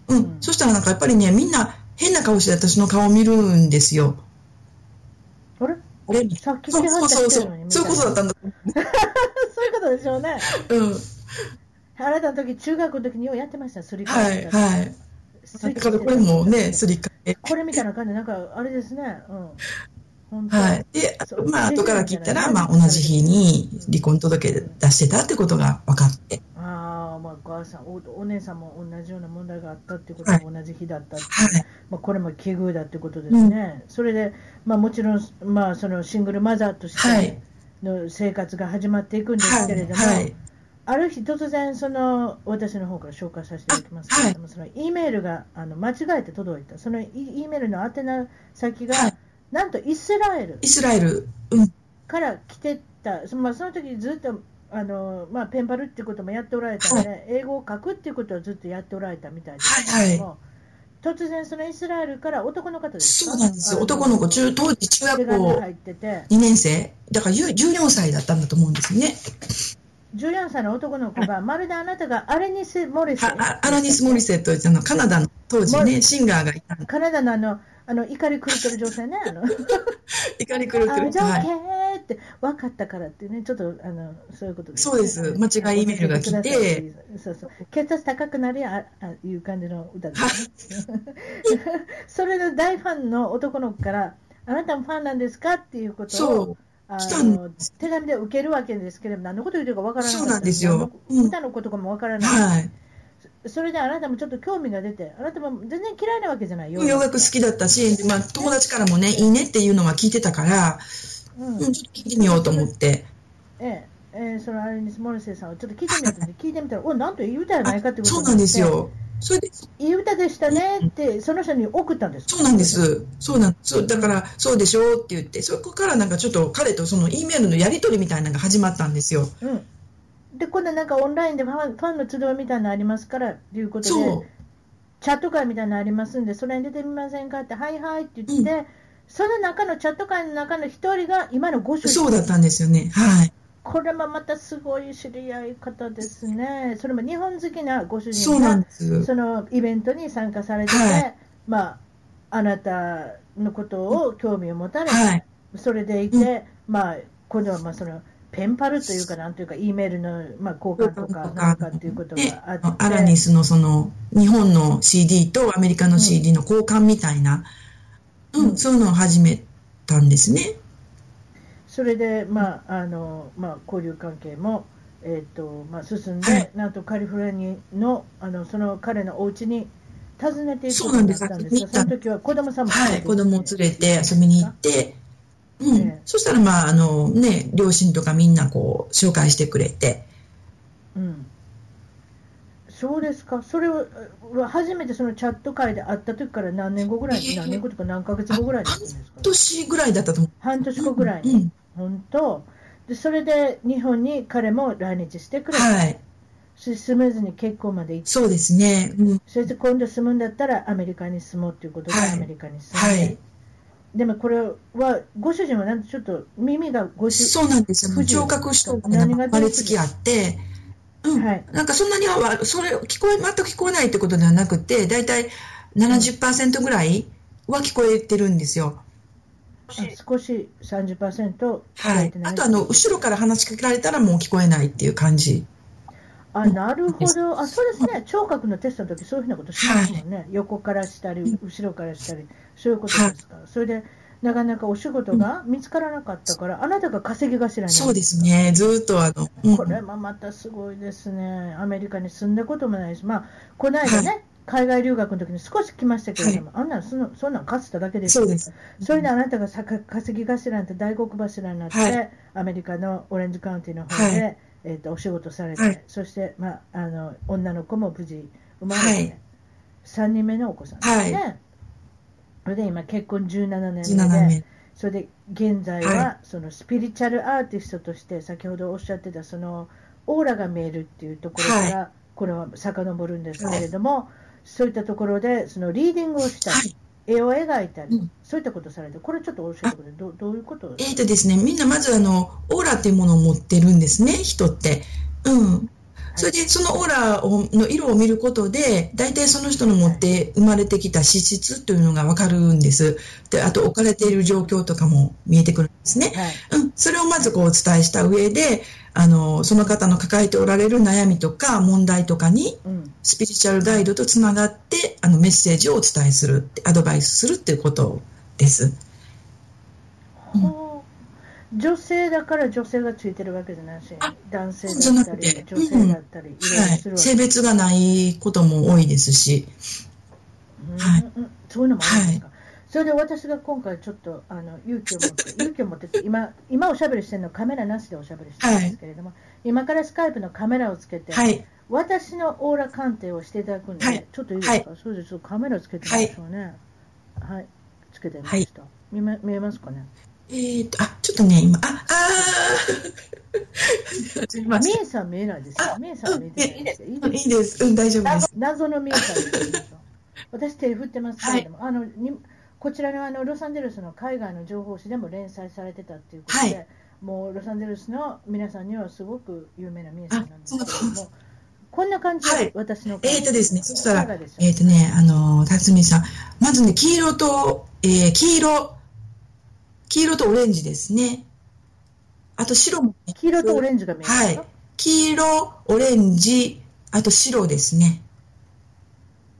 うんうんそしたらなんかやっぱりねみんな変な顔して私の顔を見るんですよ。あれあれさっきそう手そ配う達そうしそてるのうにそういうことだったんだ。そういうことでしょうね。うん、あなたの時中学の時にようやってました、すり替はえい。はい。すりだ替えかてらこれもねすり。り替え。これみたいな感じで、なんかあれですね。うん。本当はい。。で、あそうまあ先生後から聞いたじゃならいまあ同じ日に離婚届出してたってことが分かって。ああ、まあ、お母さんお、お姉さんも同じような問題があったっていうことが同じ日だったって、はい。まあ、これも奇遇だってことですね、それで、まあ、もちろん、まあ、そのシングルマザーとしはていの生活が始まっていくんですはけれどい。も、はい。ある日、突然その、私の方から紹介させていただきますけれども、その E メールがあの間違えて届いた、その E イメールの宛名先が、はいなんとイスラエルイスラエル。うん。から来てた、そまあ、その時ずっとあの、まあ、ペンパルっていうこともやっておられたので、英語を書くっていうことをずっとやっておられたみたいですけれども、突然、そのイスラエルから男の方ですかそうなんですよ。男の子、学中、当時中学手紙が校入ってて、 2年生。だからゆ14歳だったんだと思うんですね。 14歳の男の子が、まるであなたがアレニス・モリス、ああアラニス・モリセットっていうあのカナダの当時モね、シンガーがいたの。カナダのあの、あの怒り狂ってる女性ね、あ の。怒り狂ってある。じゃあは OK い。って分かったからってね、ちょっとあのそういうことでそうです間違いメールが来て、そうそう血圧高くなるやああいう感じの歌です、ね、それの大ファンの男の子から、あなたもファンなんですかっていうことをそあ来たんの手紙で受けるわけですけれども、何のこと言うてるか分からなかったそうなんですよ何のうん歌のことかも分からう。ない、はい。それであなたもちょっと興味が出て、あなたも全然嫌いなわけじゃないよ。洋楽好きだったし、まあ、友達からもね、いいねっていうのは聞いてたから、うんうん、ちょっと聞いてみようと思って。ええええそのアレニス・モルセイさんをちょっと聞いてみようと思って聞いてみたら、おなんといい歌やないかってあことにそうなっなてんです。よ。それで、いい歌でしたねって、その人に送ったんですかそうなんで。す。そうなんそうだから、そうでしょうって言って、そこからなんかちょっと彼とその E メールのやり取りみたいなのが始まったんですよ。うん、で、今度なんかオンラインでファンファンの集いみたいなのありますからということそうで、。チャット会みたいなのありますんで、それに出てみませんかって、はいはいって言って、その中のチャット会の中の一人が今のご主人そうだったんですよね。はい。これもまたすごい知り合い方ですね、それも日本好きなご主人そうがなんです。そのイベントに参加されてて、はいまあ、あなたのことを興味を持たれ、はい。それでいて、まあ、今度はまあそのペンパルというか、なんというか、E メールの、まあ、交換とか、なんかっていうことねがあっ、て、アラニスのその日本の CD とアメリカの CD の交換みたいな、うんうんそういうのを始めたんですね。それで、まああのまあ、交流関係も、えーとまあ、進んで、はいなんとカリフォルニアのあのその彼のお家に訪ねていくそこうとなんになでっすたんですが、そ見たの時は子供さんも連はれい、て子供を連れて遊びに行って、うんええそしたら、まああのね、両親とかみんなこう紹介してくれて、うんそうですか、それをえ初めてそのチャット会で会った時から何年後ぐらい、ええ何年後とか何ヶ月後ぐらいだったんですか、半年ぐらいだったと思半年う。後ぐらいうんうに、ん本当で、それで日本に彼も来日してくれ、はい、しスムーズに結婚まで行って、そうですね。うんそして今度住むんだったらアメリカに住もうということで、はいアメリカに住んはで、い、でもこれはご主人はなんとちょっと耳がご主そうなんですよ。不自由聴覚障害が生まれつきあって、うんはいなんかそんなには、それ聞こえ、全く聞こえないってことではなくて、だいたい70%ぐらいは聞こえてるんですよ。あ少し30%増はえいて。ないあと、あの、後ろから話しかけられたらもう聞こえないっていう感じ。あなるほど、あそうですね、聴覚のテストの時そういうふうなことしますもんね、横からしたり、後ろからしたり、そういうことですか、それでなかなかお仕事が見つからなかったから、あなたが稼ぎ頭になったそうですね。ずーっとあの、うんこれもまたすごいですね、アメリカに住んだこともないし、まあ、この間ね、海外留学の時に少し来ましたけれども、あんなのそのそんなんかつただけですそようです。それであなたがさか稼ぎ頭になって、大黒柱になって、はいアメリカのオレンジカウンティの方で、はえー、とお仕事されて、はいそして、まあ、あの女の子も無事生まれて、はい3人目のお子さんですね。それで今、結婚17年目17で、名。それで現在は、はそのスピリチュアルアーティストとして、先ほどおっしゃってたそのオーラが見えるっていうところから、これは遡るんですけれども、そういったところでそのリーディングをしたり、はい絵を描いたり、うんそういったことをされて、これちょっと教えてくれる、どうどういうことえーとですね、みんなまずあのオーラっていうものを持ってるんですね、人って。うん。それでそのオーラをの色を見ることで、大体その人の持って生まれてきた資質というのがわかるんです。で、あと置かれている状況とかも見えてくるんですね。はい、うん、それをまずこうお伝えした上で、あの、その方の抱えておられる悩みとか問題とかに、うん、スピリチュアルガイドとつながって、あの、メッセージをお伝えするって、アドバイスするっていうことです。うんほう女性だから女性がついてるわけじゃないしあ、男性そうじだゃっなたくりて、女性だったり、いろいろすはるい。わけ性別がないことも多いですし、はいうんうんそういうのもあるんですか。それで私が今回ちょっとあの勇気を持 って、勇気を持ってって今、今おしゃべりしてるのカメラなしでおしゃべりしてるんですけれども、今からスカイプのカメラをつけて、はい。私のオーラ鑑定をしていただくんで、はいちょっといいですか、そうです、ちょっとカメラつけてみましょうね。はい、つけてみました。見ま見えますかね。えーと、あ、ちょっとね、今、あ、あーすみまミせん。エさん見えないですよ。ミエさん見えてないですよ。いいうんでいすいです。うん、大丈夫です。謎のミエさん見えてます よ私手振ってますけれども、あのにこちらのあのロサンゼルスの海外の情報誌でも連載されてたっていうことで、はもうロサンゼルスの皆さんにはすごく有名なミエさんなんですけれあそうなんどでも、こんな感じはでい私の感じ、えーとですね、そしたいからがでしょ、うえーとね、あのー、辰巳さん、まずね、黄色と、えー黄色、黄色とオレンジですね。あと白もね、黄色とオレンジが見えますか、はい。黄色、オレンジ、あと白ですね。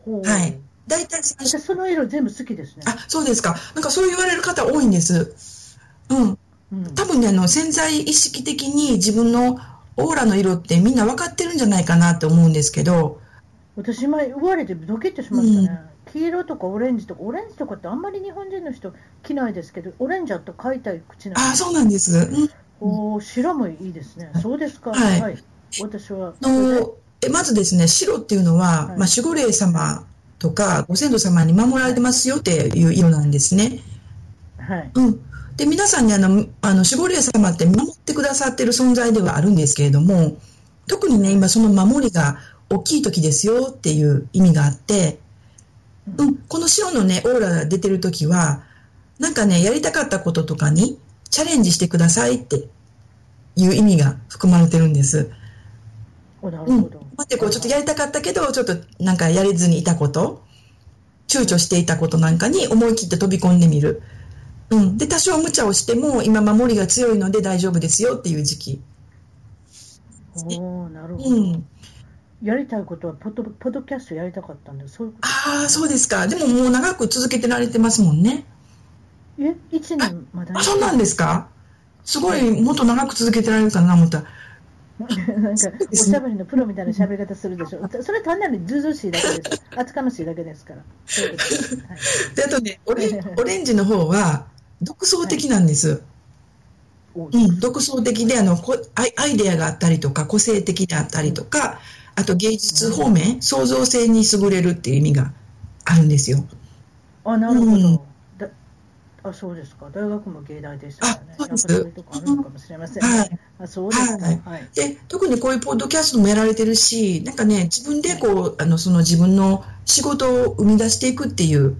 ほうはい大体最初、私その色全部好きですね。あ、そうですか。なんかそう言われる方多いんです。うん。うん、多分ね、あの、潜在意識的に自分のオーラの色ってみんな分かってるんじゃないかなって思うんですけど、私今言われてドキッとしましたね、黄色とかオレンジとかオレンジとかってあんまり日本人の人着ないですけどオレンジだと買いたい口なんであ、そうなんです。うん。おお白もいいですねそうですかは、はいい私はあのえまずですね、白っていうのは、はいまあ、守護霊様とかご先祖様に守られてますよっていう色なんですね。はいうん、で皆さんにあのあの守護霊様って守ってくださってる存在ではあるんですけれども特にね今その守りが大きい時ですよっていう意味があって、うん、この白のねオーラが出てる時はなんかねやりたかったこととかにチャレンジしてくださいっていう意味が含まれてるんです。おなるうんほど、待ってこうちょっとやりたかったけどちょっとなんかやれずにいたこと躊躇していたことなんかに思い切って飛び込んでみる、うん、で多少無茶をしても今守りが強いので大丈夫ですよっていう時期、おおなるほど、うん、やりたいことはポッドポッドキャストやりたかったんでそういうこああそうですかでももう長く続けてられてますもんねとえ一年まだあそうなんですかすごいもっと長く続けてられるかな思った なんかおしゃべりのプロみたいな喋り方するでし ょそれ単なるずうずうしいだけです厚かましいだけですからそういうことですはいであとねオレンオレンジの方は独創的なんです、おーうん、独創的であのこアイアイデアがあったりとか個性的であったりとかあと芸術方面、創造性に優れるっていう意味があるんですよ。あ、なるほど。うんだあ、そうですか。大学も芸大でしたからね。あそうですやっぱりそういうとこあるのかもしれませんね。はい、あ、そうですか。ははいい。で特にこういうポッドキャストもやられてるしなんかね自分でこうあのその自分の仕事を生み出していくっていう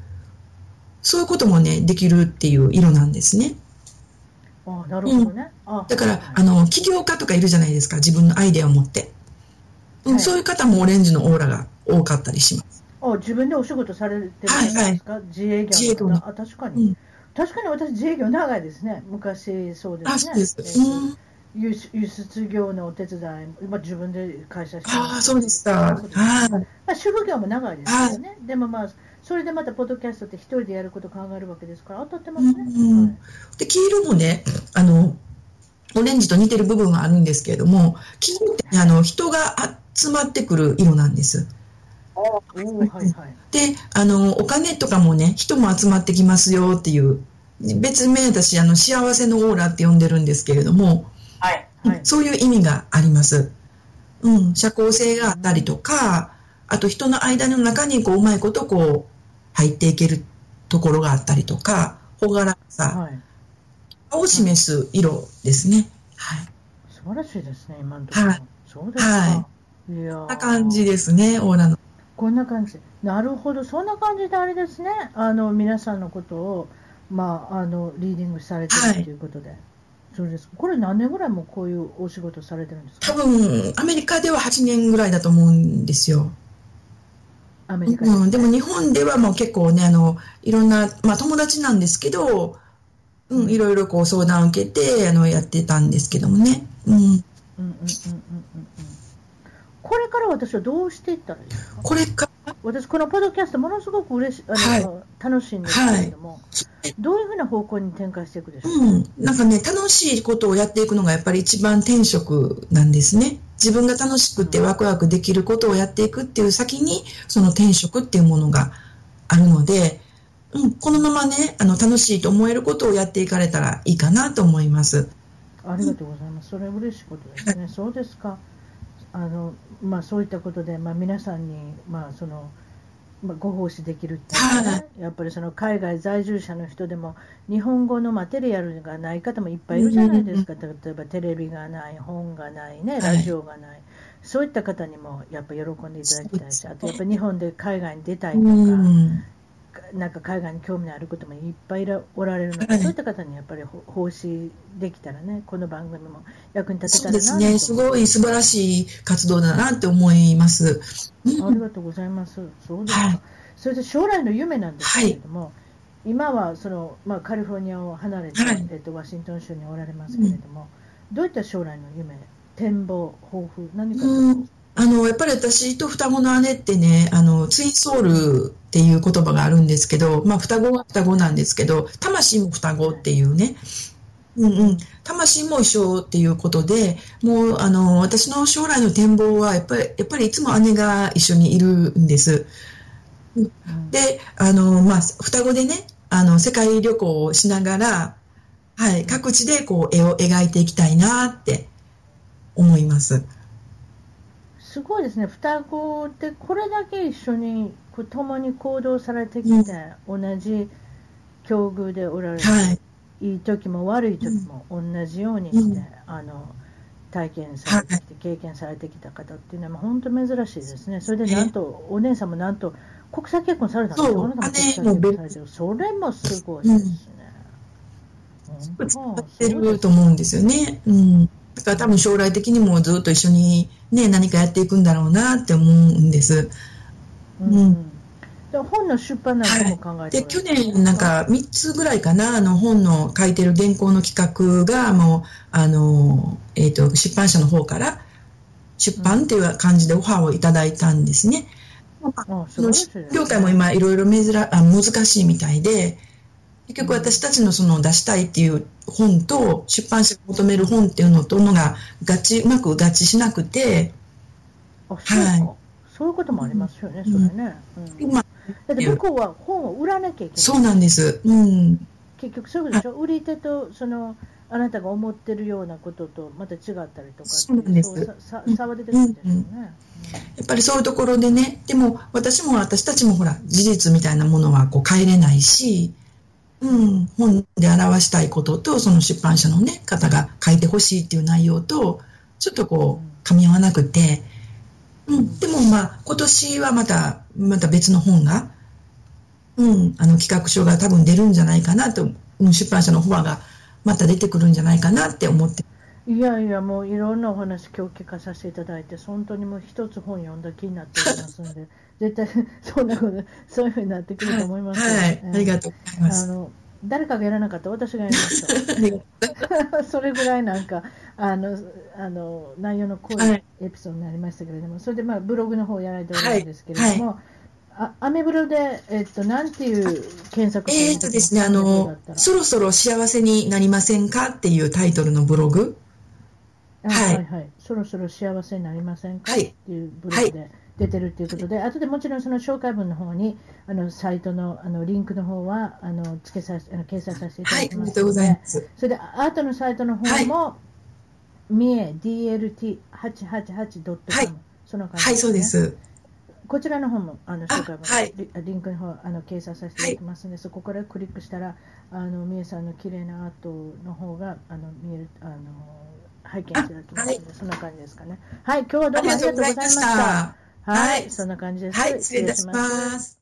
そういうこともねできるっていう色なんですね。あ、なるほどね。あ、だからあの、の起業家とかいるじゃないですか自分のアイデアを持って、うんはいそういう方もオレンジのオーラが多かったりします。あ、自分でお仕事されてるんですか。自営自営業業のの方。あ、確かうに。ん、確かに私自営業長いですね。昔そうですね。あそうです、えーうん輸出輸出業のお手伝い、まあ自分で会社してますああ、そうでした。はい。まあ、主婦業も長いですよね、でもまあ、それでまたポッドキャストって一人でやること考えるわけですから、当たってますね。うんうんはいで、黄色もね、あの、オレンジと似てる部分があるんですけれども、黄色ってね、あの、人が集まってくる色なんです。おーはいはい。で、あの、お金とかもね、人も集まってきますよっていう、別名私、あの、幸せのオーラって呼んでるんですけれども、はい。はい。そういう意味があります。うん、社交性があったりとか、あと人の間の中にこう、うまいことこう、入っていけるところがあったりとか、朗らかさ、はいを示す色ですね。はい。素晴らしいですね、今のところ。はいそうですか。、はいやーな感じですね、オーラの。こんな感じ。なるほど。そんな感じであれですね。あの、皆さんのことを、まあ、あの、リーディングされてはるいということで。そうです。これ何年ぐらいもこういうお仕事されてるんです多か分、アメリカでは8年ぐらいだと思うんですよ。アメリカで。うん、でも日本ではもう結構ね、あの、いろんな、まあ友達なんですけど、うん、いろいろこう相談を受けて、あの、やってたんですけどもね。うん。うんうんうんうんうんうん。これから私はどうしていったらいいですかこれから、私、このポッドキャスト、ものすごく嬉しあの、楽しいんですけれども、どういうふうな方向に展開していくでしょうか、うん、なんかね、楽しいことをやっていくのがやっぱり一番転職なんですね。自分が楽しくてワクワクできることをやっていくっていう先に、その転職っていうものがあるので、うん、このままね、あの、楽しいと思えることをやっていかれたらいいかなと思います。ありがとうございます、それは嬉しいことです ね、そうですか、あのまあ、そういったことで、まあ、皆さんに、まあそのまあ、ご奉仕できるっていうかはね、やっぱりその海外在住者の人でも、日本語のマテリアルがない方もいっぱいいるじゃないですか、例えばテレビがない、本がない、ね、はいラジオがない。そういった方にもやっぱ喜んでいただきたいし、そうですねあとやっぱ日本で海外に出たいとか、うん。なんか海外に興味のあることもいっぱいいらおられるので、はいそういった方にやっぱりほ奉仕できたらね、この番組も役に立てそたうらなですね、とす思ごい素晴らしい活動だなって思います。うんありがとうございます。そうですか。はいそれで将来の夢なんですけれども、今はその、まあ、カリフォルニアを離れて、はいえっと、ワシントン州におられますけれども、どういった将来の夢、展望、抱負、何かありますかあの、やっぱり私と双子の姉ってね、あの、ツインソウルっていう言葉があるんですけど、まあ、双子は双子なんですけど、魂も双子っていうね、うんうん、魂も一緒っていうことで、もう、あの、私の将来の展望は、やっぱり、やっぱりいつも姉が一緒にいるんです。うんで、あの、まあ、双子でね、あの、世界旅行をしながら、はい、各地でこう、絵を描いていきたいなって思います。すごいですね、双子でこれだけ一緒にこう共に行動されてきて、同じ境遇でおられる、はい。い、い時も悪い時も同じようにして、うんあの体験されてきて、経験されてきた方っていうのは、まあ本当珍しいですね、それでなんと、お姉さんもなんと国際結婚されたんですそうよ、あなたも国際結婚されてる、それもすごいですね。本当使ってると思うんですよね。うん。だから多分将来的にもずっと一緒にね、何かやっていくんだろうなって思うんです。うんうで本の出版なんかも考えておられるで、去年なんか3つぐらいかな、あの本の書いてる原稿の企画がもう、あの、えっ、と、出版社の方から出版っていう感じでオファーをいただいたんですね。あすそごいのですね業界も今いろいろ珍あ難しいみたいで、結局私たちのその出したいっていう本と出版社が求める本っていうのとのが合致、うまく合致しなくて、あそうか、はいそういうこともありますよね、うんそれね、うんまあだって向こうは本を売らなきゃいけない、そうなんです。うん。結局そういうことでしょ、売り手とそのあなたが思ってるようなこととまた違ったりとかっていそうなんですそうささ差は出てくるんですよね、やっぱりそういうところでね、でも私も私たちもほら、事実みたいなものはこう変えれないし、うん、本で表したいことと、その出版社のね、方が書いてほしいっていう内容と、ちょっとこう、噛み合わなくて、うん、でもまあ、今年はまた、また別の本が、うん、あの企画書が多分出るんじゃないかなと、うん出版社のフォアがまた出てくるんじゃないかなって思って、うんいやいや、もういろんなお話、今日聞かさせていただいて、本当にもう一つ本読んだ気になっておりますので、絶対そんなこと、そういうふうになってくると思いますよはい、ありがとうございまあす。の誰かがやらなかったら私がやりました。あ りがとそれぐらいなんかあのあの内容の濃はいいエピソードになりましたけれども、それで、まあ、ブログの方をやられておられるんですけれども、あアメブロで、えっと、なんていう検索えーとですね、あの、そろそろ幸せになりませんかっていうタイトルのブログ。あははいいはいそろそろ幸せになりませんか、はいっていうブログで出てるということで、後でもちろんその紹介文の方にあのサイトのあのリンクの方はあの付けさせあの掲載させていたはだい、きありまがすとうのごで、ざいます。それで、ああとのサイトの方も、三重 DLT888.com、はいその感じ、はい、そうで。す。こちらの方も、あの、あ紹介文、はいリリンクの方、あの、掲載させていただきますので、そこからクリックしたら、あの、三重さんの綺麗なアートの方が、あの、見える、あの、拝見いただきますので、あそんな感じですかね。はい、今日はどあうもりあがりとがとうござうございいままししたた。。はい、はいそんな感じです。はい、失礼いたしすます。